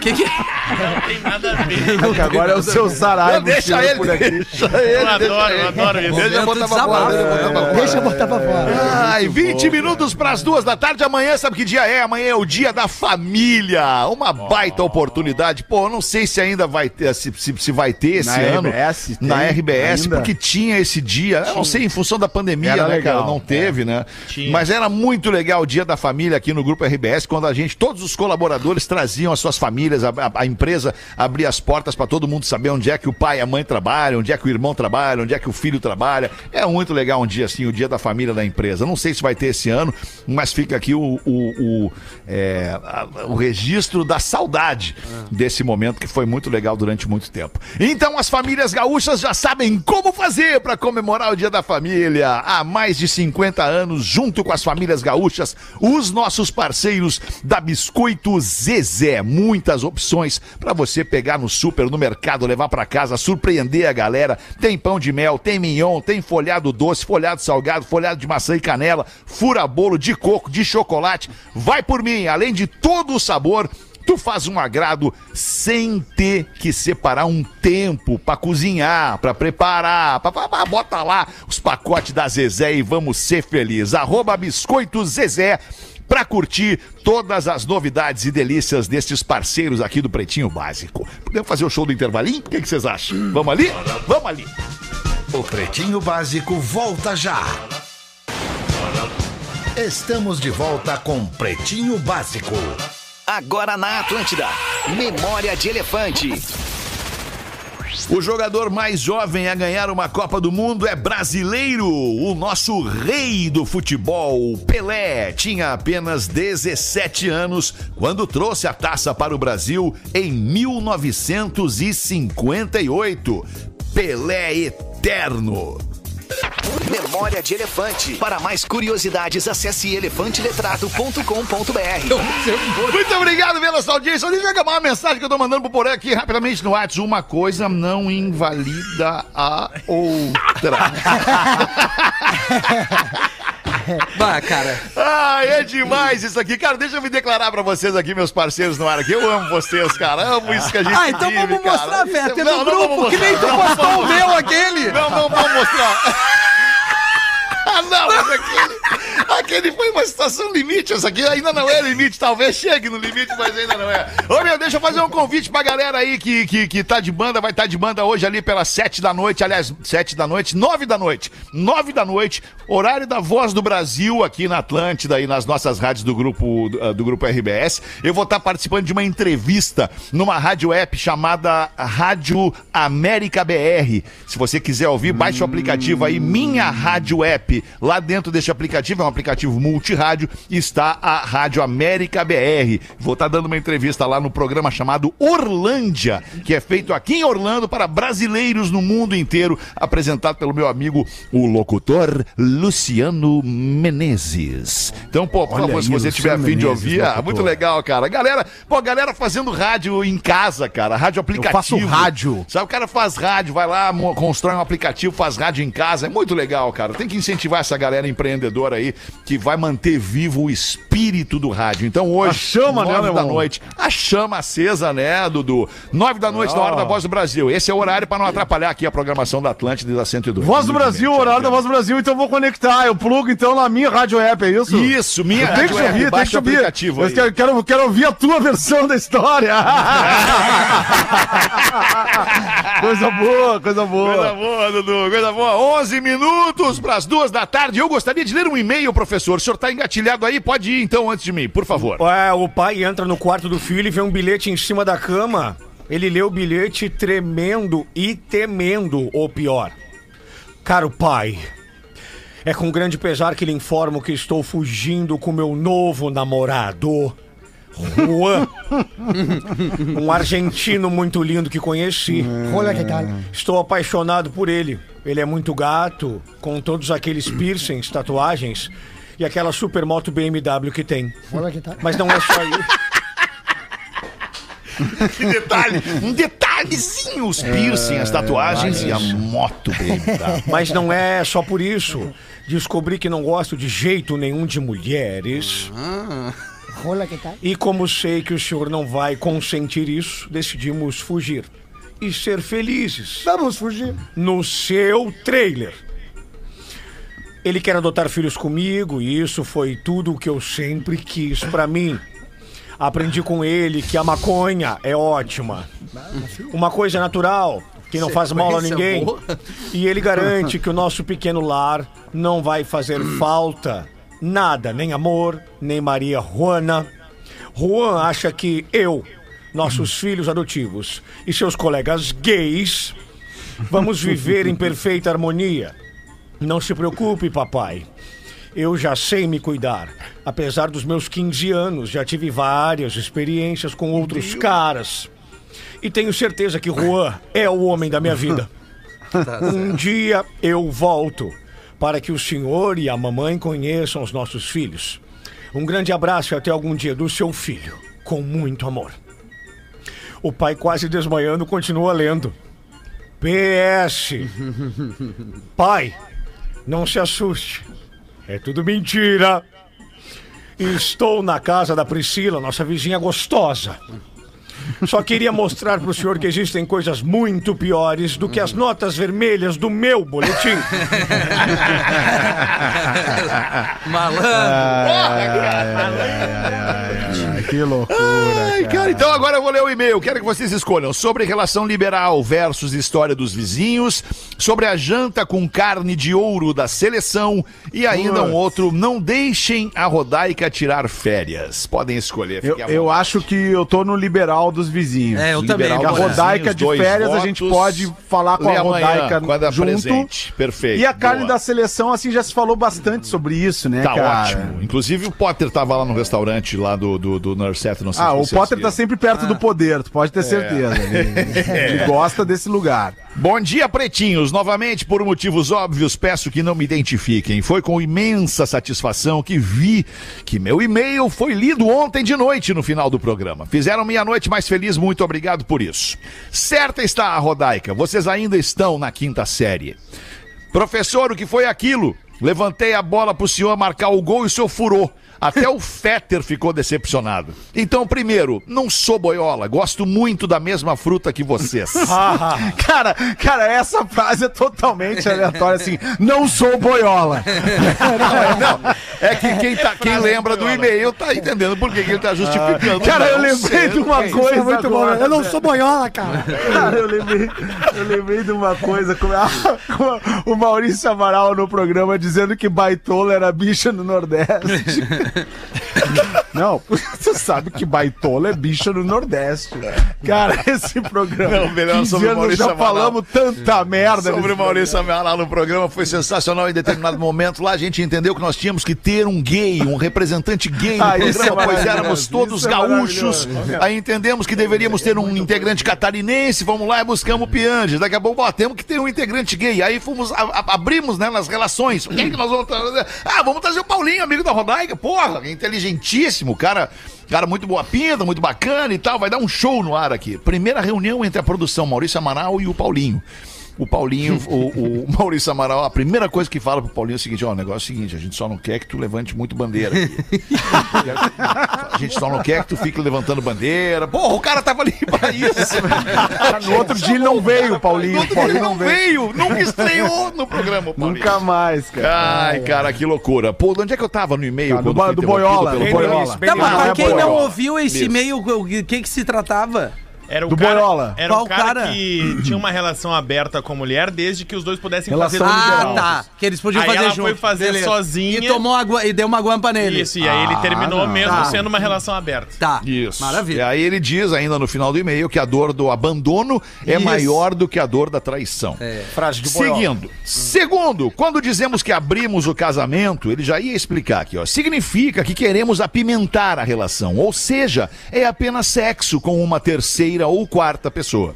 Speaker 4: Que que...
Speaker 8: Não tem nada a ver.
Speaker 7: Que agora é o seu Saraiva.
Speaker 2: Não, deixa
Speaker 7: tira
Speaker 2: ele,
Speaker 7: por aqui.
Speaker 2: deixa ele.
Speaker 8: Eu adoro, eu adoro isso.
Speaker 2: Deixa eu
Speaker 4: Momento
Speaker 2: botar
Speaker 4: de
Speaker 2: pra fora. Deixa eu botar pra fora.
Speaker 4: desabafo.
Speaker 6: Deixa eu botar pra fora.
Speaker 7: Ah,
Speaker 2: Ai, 20 minutos para as duas da tarde. Amanhã, sabe que dia é? Amanhã é o dia da família. Uma baita oportunidade. Pô, eu não sei se ainda vai ter, se, se, se vai ter esse
Speaker 7: Na
Speaker 2: ano.
Speaker 7: RBS tem
Speaker 2: na RBS,
Speaker 7: ainda?
Speaker 2: porque tinha esse dia. Eu não sei, em função da pandemia,
Speaker 7: Era
Speaker 2: né,
Speaker 7: legal,
Speaker 2: cara? Não
Speaker 7: é.
Speaker 2: teve, né?
Speaker 8: Tinha.
Speaker 2: Mas era muito legal o dia da família aqui no Grupo RBS, quando a gente, todos os colaboradores traziam as suas famílias, a, a- a empresa abria as portas para todo mundo saber onde é que o pai e a mãe trabalham, onde é que o irmão trabalha, onde é que o filho trabalha. É muito legal um dia assim, o dia da família da empresa. Não sei se vai ter esse ano, mas fica aqui o, o, o, é, a- o registro da saudade
Speaker 7: Ah.
Speaker 2: desse momento que foi muito legal durante muito tempo. Então as famílias gaúchas já sabem como fazer para comemorar o Dia da Família. Há mais de 50 anos, junto com as famílias gaúchas, os nossos parceiros da Biscoito Zezé. Muitas opções para você pegar no super, no mercado, levar para casa, surpreender a galera. Tem pão de mel, tem mignon, tem folhado doce, folhado salgado, folhado de maçã e canela, furabolo de coco, de chocolate. Vai por mim, além de todo o sabor. Tu faz um agrado sem ter que separar um tempo pra cozinhar, pra preparar, pra, pra- pra- bota lá os pacotes da Zezé e vamos ser felizes. Arroba Biscoito Zezé pra curtir todas as novidades e delícias destes parceiros aqui do Pretinho Básico. Podemos fazer o show do intervalinho? O que que vocês acham? Vamos ali? Vamos ali.
Speaker 1: O Pretinho Básico volta já. Estamos de volta com Pretinho Básico.
Speaker 3: Agora na Atlântida. Memória de Elefante.
Speaker 2: O jogador mais jovem a ganhar uma Copa do Mundo é brasileiro. O nosso rei do futebol, Pelé, tinha apenas 17 anos quando trouxe a taça para o Brasil em 1958. Pelé eterno.
Speaker 3: Memória de Elefante. Para mais curiosidades, acesse elefanteletrado.com.br.
Speaker 2: Muito obrigado pela sua audiência. Deixa eu acabar uma mensagem que eu tô mandando pro Porã aqui rapidamente no WhatsApp. Uma coisa não invalida a outra.
Speaker 4: Bah, cara.
Speaker 2: Ai, é demais isso aqui. Cara, deixa eu me declarar pra vocês aqui, meus parceiros no ar aqui. Eu amo vocês, cara. Amo isso que a gente
Speaker 4: Ah, então
Speaker 2: vive,
Speaker 4: vamos
Speaker 2: cara. é
Speaker 4: mostrar, Feta,
Speaker 2: Não,
Speaker 4: no
Speaker 2: não vamos
Speaker 4: grupo, que nem tu
Speaker 2: mostrar.
Speaker 4: postou o meu, aquele.
Speaker 2: Não, não vamos mostrar. Ah, não, mas aquele, aquele foi uma situação limite. Essa aqui ainda não é limite. Talvez chegue no limite, mas ainda não é. Ô, meu, deixa eu fazer um convite pra galera aí que, que, que tá de banda. Vai estar de banda hoje ali pelas sete da noite. Aliás, sete da noite, nove da noite. Nove da noite, horário da Voz do Brasil aqui na Atlântida e nas nossas rádios do grupo, do, ah, do grupo RBS. Eu vou estar participando de uma entrevista numa rádio app chamada Rádio América BR. Se você quiser ouvir, baixe o aplicativo aí, Minha Rádio App. Lá dentro deste aplicativo, é um aplicativo multirádio, está a Rádio América BR. Vou estar dando uma entrevista lá no programa chamado Orlândia, que é feito aqui em Orlando para brasileiros no mundo inteiro, apresentado pelo meu amigo, o locutor Luciano Menezes. Então, pô, por
Speaker 7: Olha
Speaker 2: favor, se
Speaker 7: aí,
Speaker 2: você tiver
Speaker 7: Luciano
Speaker 2: afim de
Speaker 7: Menezes,
Speaker 2: ouvir, ah,
Speaker 7: locutor.
Speaker 2: muito legal, cara. Galera, pô, galera fazendo rádio em casa, cara, rádio aplicativo.
Speaker 7: faço rádio.
Speaker 2: Sabe, o cara faz rádio, vai lá, mo- constrói um aplicativo, faz rádio em casa. É muito legal, cara. Tem que incentivar essa galera empreendedora aí que vai manter vivo o espírito do rádio. Então hoje,
Speaker 7: A chama, né,
Speaker 2: nove
Speaker 7: meu
Speaker 2: da
Speaker 7: irmão?
Speaker 2: noite, a chama acesa, né, Dudu? Nove da noite, na hora da Voz do Brasil. Esse é o horário para não atrapalhar aqui a programação da Atlântida e da 102.
Speaker 7: Voz do
Speaker 2: Muito
Speaker 7: Brasil,
Speaker 2: bem,
Speaker 7: horário da
Speaker 2: Thiago.
Speaker 7: Voz do Brasil, então eu vou conectar. Eu plugo então na minha rádio app, é isso?
Speaker 2: Isso, minha
Speaker 7: Tem que
Speaker 2: rádio app,
Speaker 7: subir, tem que
Speaker 2: baixa o
Speaker 7: subir.
Speaker 2: aplicativo
Speaker 7: Eu
Speaker 2: aí.
Speaker 7: quero, quero, quero ouvir a tua versão da história. coisa boa, coisa
Speaker 2: Coisa
Speaker 7: boa.
Speaker 2: boa, Dudu, coisa boa. 11 minutos para as duas da tarde. Eu gostaria de ler um e-mail, professor. O senhor está engatilhado aí? Pode ir então antes de mim, por favor.
Speaker 9: É, o pai entra no quarto do filho e vê um bilhete em cima da cama. Ele lê o bilhete tremendo e temendo o pior. Caro pai, é com grande pesar que lhe informo que estou fugindo com meu novo namorado, Juan. um argentino muito lindo que conheci.
Speaker 6: Olha que tal.
Speaker 9: Estou apaixonado por ele. Ele é muito gato, com todos aqueles piercings, tatuagens e aquela super moto BMW que tem.
Speaker 6: Olha que tal.
Speaker 9: Mas não é só isso.
Speaker 2: Que detalhe, um detalhezinho, os piercing, as tatuagens e a moto, baby. Tá?
Speaker 9: Mas não é só por isso. Descobri que não gosto de jeito nenhum de mulheres.
Speaker 6: Olha que tal.
Speaker 9: E como sei que o senhor não vai consentir isso, decidimos fugir e ser felizes
Speaker 6: Vamos fugir.
Speaker 9: no seu trailer. Ele quer adotar filhos comigo e isso foi tudo o que eu sempre quis pra mim. Aprendi com ele que a maconha é ótima. Uma coisa natural, que não faz mal a ninguém. E ele garante que o nosso pequeno lar não vai fazer falta nada, nem amor, nem Maria Juana. Juan acha que eu, nossos filhos adotivos e seus colegas gays Vamos viver em perfeita harmonia. Não se preocupe, papai. Eu já sei me cuidar. Apesar dos meus 15 anos, já tive várias experiências com outros caras. E tenho certeza que Juan é o homem da minha vida. Um dia eu volto para que o senhor e a mamãe conheçam os nossos filhos. Um grande abraço e até algum dia do seu filho, com muito amor. O pai, quase desmaiando, continua lendo. PS. Pai, não se assuste. É tudo mentira. Estou na casa da Priscila, nossa vizinha gostosa. Só queria mostrar pro senhor que existem coisas muito piores do que as notas vermelhas do meu boletim.
Speaker 4: Malandro.
Speaker 7: Que loucura.
Speaker 2: Ai, cara, então agora eu vou ler o e-mail. Quero que vocês escolham sobre relação liberal versus história dos vizinhos, sobre a janta com carne de ouro da seleção e ainda um outro. Não deixem a Rodaica tirar férias. Podem escolher.
Speaker 7: Eu,
Speaker 2: fiquem à
Speaker 7: eu
Speaker 2: vontade.
Speaker 7: acho que eu tô no liberal dos vizinhos.
Speaker 4: É, eu
Speaker 7: liberal
Speaker 4: também,
Speaker 7: A
Speaker 4: vou nessa.
Speaker 7: Rodaica
Speaker 2: Os
Speaker 7: de
Speaker 2: dois
Speaker 7: férias,
Speaker 2: votos.
Speaker 7: a gente pode falar com
Speaker 2: Lê
Speaker 7: a
Speaker 2: amanhã,
Speaker 7: Rodaica
Speaker 2: quando é
Speaker 7: junto.
Speaker 2: presente. Perfeito.
Speaker 7: E a carne
Speaker 2: Boa.
Speaker 7: da seleção, assim, já se falou bastante sobre isso, né,
Speaker 2: Tá
Speaker 7: cara?
Speaker 2: ótimo. Inclusive o Potter tava lá no restaurante lá do, do, do Narceto, não sei
Speaker 7: Ah,
Speaker 2: se
Speaker 7: o
Speaker 2: vocês
Speaker 7: Potter tá
Speaker 2: viram.
Speaker 7: sempre perto
Speaker 2: Ah.
Speaker 7: do poder, tu
Speaker 2: É.
Speaker 7: pode ter certeza. Ele, ele gosta desse lugar.
Speaker 2: Bom dia, pretinhos. Novamente, por motivos óbvios, peço que não me identifiquem. Foi com imensa satisfação que vi que meu e-mail foi lido ontem de noite no final do programa. Fizeram minha noite mais feliz, muito obrigado por isso. Certa está a Rodaica, vocês ainda estão na quinta série. Professor, o que foi aquilo? Levantei a bola pro senhor marcar o gol e o senhor furou. Até o Fetter ficou decepcionado. Então, primeiro, não sou boiola, gosto muito da mesma fruta que vocês. Ah.
Speaker 7: Cara, cara, essa frase é totalmente aleatória, assim. Não sou boiola.
Speaker 2: É que quem, tá, quem lembra do e-mail tá entendendo por que que ele tá justificando.
Speaker 7: né? Ah, Cara, eu
Speaker 2: Não
Speaker 7: lembrei
Speaker 2: sei. né?
Speaker 7: de uma
Speaker 6: Isso é
Speaker 7: coisa.
Speaker 6: muito bom.
Speaker 7: agora.
Speaker 6: né? Eu não sou boiola, cara.
Speaker 7: Cara, eu lembrei, eu lembrei de uma coisa com, com o Maurício Amaral no programa dizendo que baitola era bicha no Nordeste. Não, você sabe que baitola é bicha no Nordeste. Cara, esse programa.
Speaker 2: Não, melhor
Speaker 7: 15
Speaker 2: sobre o
Speaker 7: anos
Speaker 2: Maurício
Speaker 7: já
Speaker 2: Amaral.
Speaker 7: falamos tanta merda.
Speaker 2: Sobre o
Speaker 7: nesse
Speaker 2: Maurício Amaral no programa, foi sensacional. Em determinado momento lá, a gente entendeu que nós tínhamos que ter um gay, um representante gay no
Speaker 7: Ah, isso
Speaker 2: programa,
Speaker 7: é
Speaker 2: pois
Speaker 7: maravilhoso,
Speaker 2: éramos todos
Speaker 7: isso é
Speaker 2: gaúchos.
Speaker 7: maravilhoso.
Speaker 2: Aí entendemos que deveríamos ter um integrante catarinense, vamos lá e buscamos o Pianges. Daqui a pouco, ó, temos que ter um integrante gay. Aí fomos, a- a- abrimos, né, nas relações. Quem que nós vamos trazer? Ah, vamos trazer o Paulinho, amigo da Rodaica, porra, inteligentíssimo, cara. Cara, muito boa pinta, muito bacana e tal. Vai dar um show no ar aqui. Primeira reunião entre a produção Maurício Amaral e o Paulinho. o Paulinho, o, o Maurício Amaral, a primeira coisa que fala pro Paulinho é o seguinte: ó, o negócio é o seguinte, a gente só não quer que tu levante muito bandeira. aqui. a gente só não quer que tu fique levantando bandeira. Porra, o cara tava ali pra isso.
Speaker 7: Tá No outro dia ele não veio,
Speaker 2: No
Speaker 7: Paulinho.
Speaker 2: outro dia ele
Speaker 7: Paulinho
Speaker 2: não veio, nunca estreou no programa, o Paulinho.
Speaker 7: Nunca mais, cara.
Speaker 2: Ai, cara, que loucura. Pô, de onde é que eu tava no e-mail?
Speaker 7: Cara, do
Speaker 2: quando
Speaker 7: ba-
Speaker 2: fui
Speaker 7: do
Speaker 2: interrompido
Speaker 7: Boiola,
Speaker 2: pelo
Speaker 7: do
Speaker 2: Boiola?
Speaker 7: Boiola.
Speaker 4: Tá, mas
Speaker 2: Não,
Speaker 4: pra
Speaker 2: é
Speaker 4: quem
Speaker 2: Boiola.
Speaker 4: não ouviu esse
Speaker 2: Isso.
Speaker 4: e-mail, o que, que se tratava?
Speaker 8: Era o
Speaker 7: Do
Speaker 8: cara,
Speaker 7: Boiola.
Speaker 8: Era
Speaker 4: Qual
Speaker 8: o cara,
Speaker 4: cara?
Speaker 8: que tinha uma relação aberta com a mulher desde que os dois pudessem
Speaker 7: Relação
Speaker 2: Então,
Speaker 8: fazer tudo
Speaker 4: Ah,
Speaker 8: juntos.
Speaker 4: tá. Que eles podiam
Speaker 8: Aí
Speaker 4: fazer
Speaker 8: ela
Speaker 4: junto.
Speaker 8: foi fazer
Speaker 4: Beleza.
Speaker 8: sozinha.
Speaker 4: E tomou uma gua- e deu uma guampa nele.
Speaker 8: Isso, e aí ele terminou
Speaker 7: não.
Speaker 8: mesmo
Speaker 4: Tá.
Speaker 8: sendo uma relação aberta.
Speaker 4: Tá.
Speaker 2: Isso. E
Speaker 4: Maravilha.
Speaker 2: aí ele diz ainda no final do e-mail que a dor do abandono é
Speaker 4: Isso.
Speaker 2: maior do que a dor da traição.
Speaker 7: É.
Speaker 9: Frase de boiola.
Speaker 2: Seguindo. Segundo, quando dizemos que abrimos o casamento, ele já ia explicar aqui, ó. Significa que queremos apimentar a relação, ou seja, é apenas sexo com uma terceira ou quarta pessoa.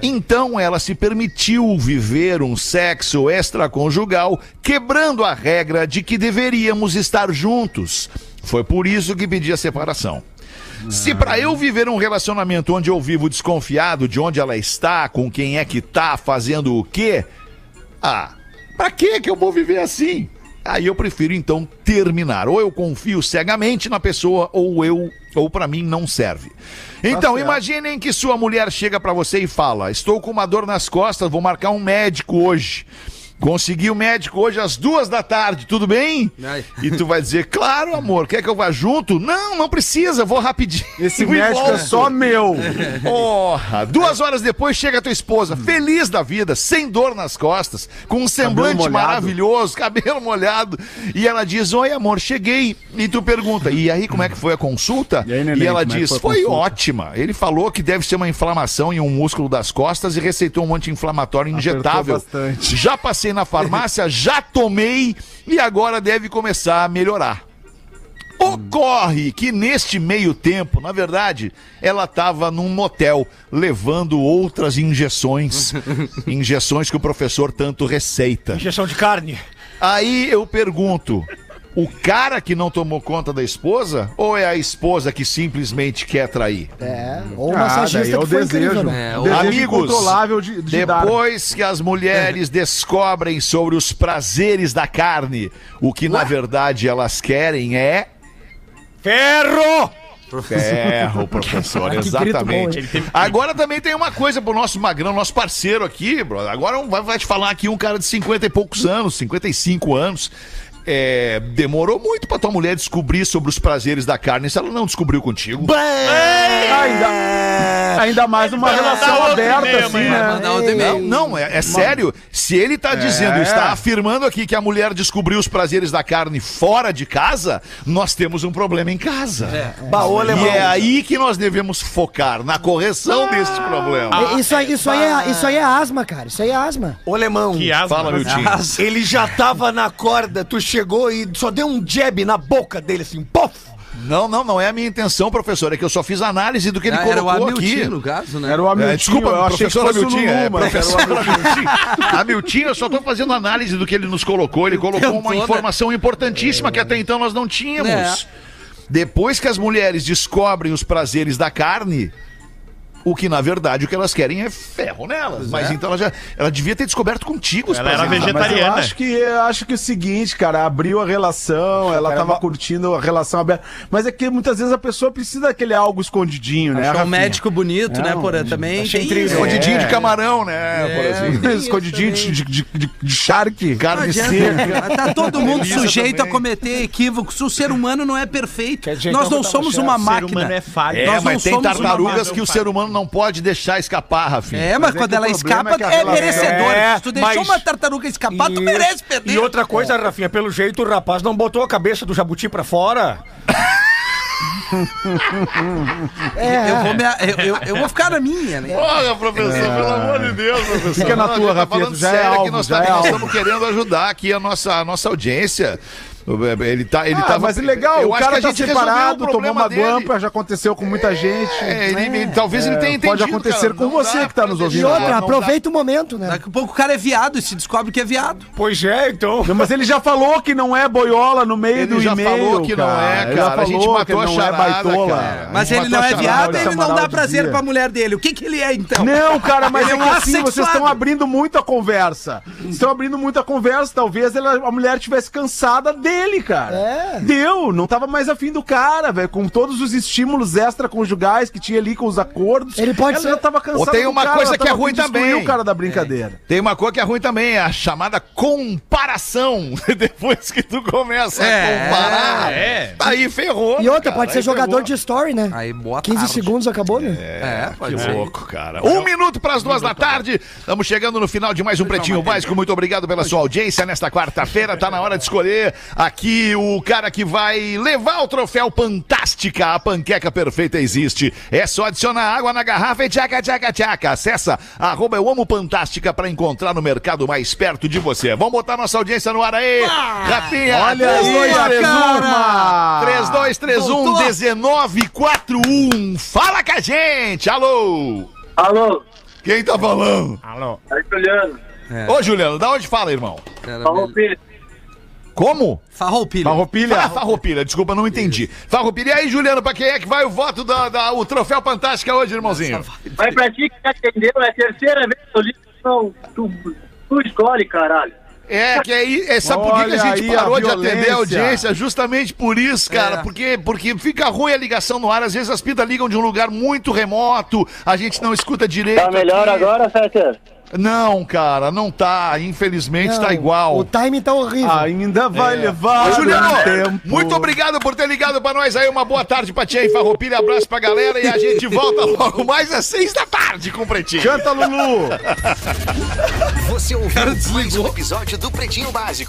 Speaker 2: Então ela se permitiu viver um sexo extraconjugal, quebrando a regra de que deveríamos estar juntos. Foi por isso que pedi a separação. Se pra eu viver um relacionamento onde eu vivo desconfiado de onde ela está, com quem é que tá, fazendo o quê, ah, pra que que eu vou viver assim? Aí eu prefiro então terminar. Ou eu confio cegamente na pessoa, ou eu, ou pra mim não serve.
Speaker 7: Tá
Speaker 2: Então, imaginem que sua mulher chega pra você e fala: Estou com uma dor nas costas, vou marcar um médico hoje. Consegui o médico hoje às duas da tarde, tudo bem?
Speaker 4: Ai.
Speaker 2: E tu vai dizer, claro, amor, quer que eu vá junto? Não, não precisa, vou rapidinho.
Speaker 7: Esse
Speaker 2: E
Speaker 7: médico é
Speaker 2: volto.
Speaker 7: só meu.
Speaker 2: Porra! Duas horas depois chega a tua esposa, feliz da vida, sem dor nas costas, com um semblante
Speaker 7: molhado.
Speaker 2: maravilhoso, cabelo molhado. E ela diz: Oi, amor, cheguei. E tu pergunta: E aí, como é que foi a consulta?
Speaker 7: E aí, neném,
Speaker 2: ela
Speaker 7: como é que
Speaker 2: diz:
Speaker 7: foi a
Speaker 2: Foi
Speaker 7: consulta?"
Speaker 2: ótima. Ele falou que deve ser uma inflamação em um músculo das costas e receitou um anti-inflamatório injetável.
Speaker 7: bastante.
Speaker 2: Já passei na farmácia, já tomei e agora deve começar a melhorar. Ocorre que neste meio tempo, na verdade, ela estava num motel levando outras injeções, injeções que o professor tanto receita.
Speaker 9: Injeção de carne.
Speaker 2: Aí eu pergunto: o cara que não tomou conta da esposa ou é a esposa que simplesmente quer trair?
Speaker 6: É, ou o
Speaker 7: Ah, daí
Speaker 6: massagista
Speaker 7: é o
Speaker 6: que foi
Speaker 7: desejo.
Speaker 6: incrível,
Speaker 4: É,
Speaker 6: né?
Speaker 7: Desejo
Speaker 2: Amigos,
Speaker 7: incontrolável de, de dar.
Speaker 2: Depois que as mulheres descobrem sobre os prazeres da carne, o que na verdade elas querem é
Speaker 9: Ferro!
Speaker 2: Ferro, professor,
Speaker 6: que grito bom,
Speaker 2: exatamente.
Speaker 6: hein?
Speaker 2: Agora também tem uma coisa pro nosso magrão, nosso parceiro aqui, brother. Agora um- vai, vai te falar aqui um cara de 50 e poucos anos, 55 anos. É, demorou muito pra tua mulher descobrir sobre os prazeres da carne se ela não descobriu contigo.
Speaker 7: Ainda, ainda mais uma
Speaker 8: vai mandar
Speaker 7: relação
Speaker 8: outro
Speaker 7: aberta,
Speaker 8: e-mail
Speaker 7: assim,
Speaker 8: amanhã.
Speaker 7: né?
Speaker 4: Mandar outro
Speaker 2: Não,
Speaker 4: e-mail.
Speaker 2: não, é, é sério. Se ele tá dizendo, está afirmando aqui que a mulher descobriu os prazeres da carne fora de casa, nós temos um problema em casa.
Speaker 9: Baú
Speaker 2: E é aí que nós devemos focar, na correção deste problema.
Speaker 6: Isso, aí, isso, aí é, isso aí é asma, cara. Isso aí é asma.
Speaker 9: Ô, alemão.
Speaker 8: Que asma.
Speaker 2: Fala, meu time.
Speaker 9: Ele já tava na corda, tu chegou e só deu um jab na boca dele, assim, pof!
Speaker 2: Não, não, não é a minha intenção, professor. É que eu só fiz análise do que ele
Speaker 4: Ah, Era o
Speaker 2: colocou aqui.
Speaker 4: Amiltinho, no caso, né?
Speaker 7: Era o Amiltinho.
Speaker 2: É, desculpa,
Speaker 7: eu achei que
Speaker 2: professor
Speaker 7: fosse o
Speaker 2: Amiltinho.
Speaker 7: Lulu,
Speaker 2: É,
Speaker 7: mas era o
Speaker 2: professor Amiltinho. Amiltinho, eu só tô fazendo análise do que ele nos colocou. Ele colocou
Speaker 4: Tentou,
Speaker 2: uma
Speaker 4: né?
Speaker 2: informação importantíssima que até então nós não tínhamos.
Speaker 4: É.
Speaker 2: Depois que as mulheres descobrem os prazeres da carne. O que, na verdade, o que elas querem é ferro nelas. Mas então ela já. Ela devia ter descoberto contigo os
Speaker 8: Ela era
Speaker 2: prazeres da
Speaker 7: Mas eu
Speaker 8: Vegetariana.
Speaker 7: acho que eu acho que é o seguinte, cara, abriu a relação, ela tava curtindo a relação aberta. Mas é que muitas vezes a pessoa precisa daquele algo escondidinho, né?
Speaker 4: Achou um
Speaker 7: Rafinha?
Speaker 4: médico bonito, né, Porã? Também. tem isso.
Speaker 2: é. Escondidinho de camarão, né? por assim.
Speaker 7: Escondidinho de, de, de, de charque.
Speaker 4: Não
Speaker 2: Carne
Speaker 4: adianta,
Speaker 2: seca.
Speaker 4: cara. Tá todo mundo
Speaker 2: Delícia
Speaker 4: sujeito
Speaker 2: também.
Speaker 4: a cometer equívocos. O ser humano não é perfeito.
Speaker 9: Quer dizer,
Speaker 4: Nós
Speaker 9: então,
Speaker 4: não
Speaker 9: tá
Speaker 4: somos
Speaker 9: certo.
Speaker 4: uma
Speaker 8: O ser humano
Speaker 4: máquina.
Speaker 8: é falho.
Speaker 2: É,
Speaker 4: Nós não
Speaker 2: mas tem
Speaker 4: somos uma
Speaker 2: tartarugas
Speaker 8: máquina,
Speaker 2: que o
Speaker 8: cara.
Speaker 2: ser humano não pode deixar escapar, Rafinha.
Speaker 4: É, mas, quando
Speaker 7: que o
Speaker 4: ela
Speaker 7: problema
Speaker 4: escapa,
Speaker 7: é que a
Speaker 4: é,
Speaker 7: relação-
Speaker 4: merecedor.
Speaker 9: É,
Speaker 4: Se tu deixou
Speaker 9: mas-
Speaker 4: uma tartaruga escapar, tu merece perder. É.
Speaker 9: E outra coisa, Rafinha, pelo jeito o rapaz não botou a cabeça do jabuti pra fora.
Speaker 6: É,
Speaker 4: Eu, vou me- eu- eu- eu vou ficar na minha, né?
Speaker 2: Olha, professor, pelo amor de Deus, professor.
Speaker 7: É. Fica na
Speaker 2: Não,
Speaker 7: tua,
Speaker 2: a gente tá
Speaker 7: Rafinha,
Speaker 2: falando
Speaker 7: tu já é
Speaker 2: sério
Speaker 7: alvo,
Speaker 2: que nós,
Speaker 7: já
Speaker 2: também
Speaker 7: é
Speaker 2: nós
Speaker 7: alvo.
Speaker 2: estamos querendo ajudar aqui a nossa, a nossa audiência. Ele tá, ele
Speaker 7: Ah,
Speaker 2: tava-
Speaker 7: mas é legal,
Speaker 2: Eu
Speaker 7: o
Speaker 2: acho
Speaker 7: cara
Speaker 2: que a
Speaker 7: tá
Speaker 2: gente resolveu
Speaker 7: separado,
Speaker 2: o
Speaker 7: tomou
Speaker 2: problema
Speaker 7: uma
Speaker 2: dele.
Speaker 7: guampa, já aconteceu com muita gente.
Speaker 2: É, ele- ele- talvez ele tenha
Speaker 7: É, pode
Speaker 2: entendido,
Speaker 7: acontecer
Speaker 2: cara.
Speaker 7: com
Speaker 2: Não
Speaker 7: você
Speaker 2: dá
Speaker 7: que tá nos
Speaker 2: pra
Speaker 7: ouvindo
Speaker 6: E
Speaker 2: deixar-
Speaker 6: outra,
Speaker 2: não dá-
Speaker 6: aproveita o momento, né?
Speaker 4: Daqui a pouco o cara é viado e se descobre que é viado.
Speaker 9: Pois é, então.
Speaker 7: Não, Mas ele já falou que não é boiola no meio
Speaker 2: Ele
Speaker 7: do
Speaker 2: já
Speaker 7: e-mail.
Speaker 2: falou que não é,
Speaker 7: Ele já
Speaker 2: cara. A gente
Speaker 7: falou
Speaker 2: matou
Speaker 7: que ele
Speaker 2: a
Speaker 7: não
Speaker 2: charada,
Speaker 7: é baitola.
Speaker 2: cara. A gente
Speaker 4: Mas ele
Speaker 7: matou
Speaker 4: não
Speaker 7: a
Speaker 4: é
Speaker 7: charada,
Speaker 4: viado,
Speaker 7: o
Speaker 4: ele não
Speaker 7: Samaral
Speaker 4: dá prazer
Speaker 7: dizia.
Speaker 4: pra mulher dele. O que que ele é, então?
Speaker 7: Não, cara, mas
Speaker 4: Ele
Speaker 7: é
Speaker 4: é um
Speaker 7: que assim,
Speaker 4: assexuado.
Speaker 7: vocês estão abrindo muito a conversa. Vocês Estão abrindo muito a conversa. Talvez ela- a mulher tivesse cansada dele, cara.
Speaker 6: É.
Speaker 7: Deu, não tava mais afim do cara, velho. Com todos os estímulos extraconjugais que tinha ali com os acordos.
Speaker 6: Ele pode
Speaker 7: ela
Speaker 6: ser-
Speaker 7: já tava cansada
Speaker 2: Ou tem
Speaker 7: do
Speaker 2: uma
Speaker 7: cara,
Speaker 2: coisa
Speaker 7: ela
Speaker 2: que é
Speaker 7: tava
Speaker 2: ruim
Speaker 7: afim de excluir
Speaker 2: também.
Speaker 7: o cara da brincadeira.
Speaker 2: Tem uma coisa que é ruim também, é a chamada comparação. Depois que tu começa
Speaker 4: É.
Speaker 2: a comparar,
Speaker 8: É.
Speaker 2: tá aí ferrou.
Speaker 6: E outra,
Speaker 2: cara,
Speaker 6: pode ser
Speaker 2: aí
Speaker 6: jogador
Speaker 2: ferrou.
Speaker 6: de story, né?
Speaker 4: Aí, boa
Speaker 6: 15
Speaker 4: tarde.
Speaker 6: segundos acabou, né?
Speaker 4: É, pode
Speaker 2: Que
Speaker 4: ser.
Speaker 2: louco, cara. Um minuto para as duas da
Speaker 7: tá
Speaker 2: tarde. Estamos chegando no final de mais um Pretinho Básico. Muito obrigado pela sua audiência nesta quarta-feira. Tá na hora de escolher aqui o cara que vai levar o troféu Fantástica. A panqueca perfeita existe. É só adicionar água na garrafa e tchaca, tchaca, tchaca. Acessa arroba eu amo Fantástica para encontrar no mercado mais perto de você. Vamos botar nossa audiência no ar aí. Rafinha,
Speaker 7: Olha
Speaker 2: três,
Speaker 7: aí,
Speaker 2: dois, três,
Speaker 7: Arezurma!
Speaker 2: 3231
Speaker 4: Voltou.
Speaker 2: 1941. Fala com a gente. Alô!
Speaker 10: Alô,
Speaker 2: Quem tá falando?
Speaker 10: é Juliano.
Speaker 2: Ô, Juliano, da onde fala, irmão?
Speaker 4: Era
Speaker 10: Falou,
Speaker 4: melhor.
Speaker 10: filho.
Speaker 2: Como?
Speaker 4: Farroupilha.
Speaker 2: Farroupilha. Ah, Farroupilha, desculpa, não entendi. Farroupilha. E aí, Juliano, pra quem é que vai o voto da, da- o Troféu Fantástica hoje, irmãozinho?
Speaker 10: Vai pra ti que já atendeu, é a terceira vez que eu ligo. Não, tu, tu escolhe, caralho.
Speaker 2: É, que aí, é, sabe por que que a
Speaker 7: Olha
Speaker 2: gente
Speaker 7: aí a
Speaker 2: parou de atender a
Speaker 7: violência.
Speaker 2: audiência? Justamente por isso, cara.
Speaker 4: É.
Speaker 2: Porque, porque fica ruim a ligação no ar. Às vezes as pintas ligam de um lugar muito remoto, a gente não escuta direito.
Speaker 10: Tá melhor
Speaker 2: aqui.
Speaker 10: agora, Fetter?
Speaker 2: Não, cara, não tá. Infelizmente
Speaker 6: Não,
Speaker 2: tá igual. Ah,
Speaker 6: O timing tá horrível.
Speaker 7: Ainda vai levar.
Speaker 2: Ô, Juliano,
Speaker 7: um tempo.
Speaker 2: muito obrigado por ter ligado pra nós aí. Uma boa tarde pra ti aí, Farroupilha. Abraço pra galera e a gente volta logo mais às seis da tarde com o Pretinho.
Speaker 7: Canta, Lulu!
Speaker 3: Você ouviu
Speaker 4: cara
Speaker 3: mais um
Speaker 4: desligou.
Speaker 3: episódio do Pretinho Básico.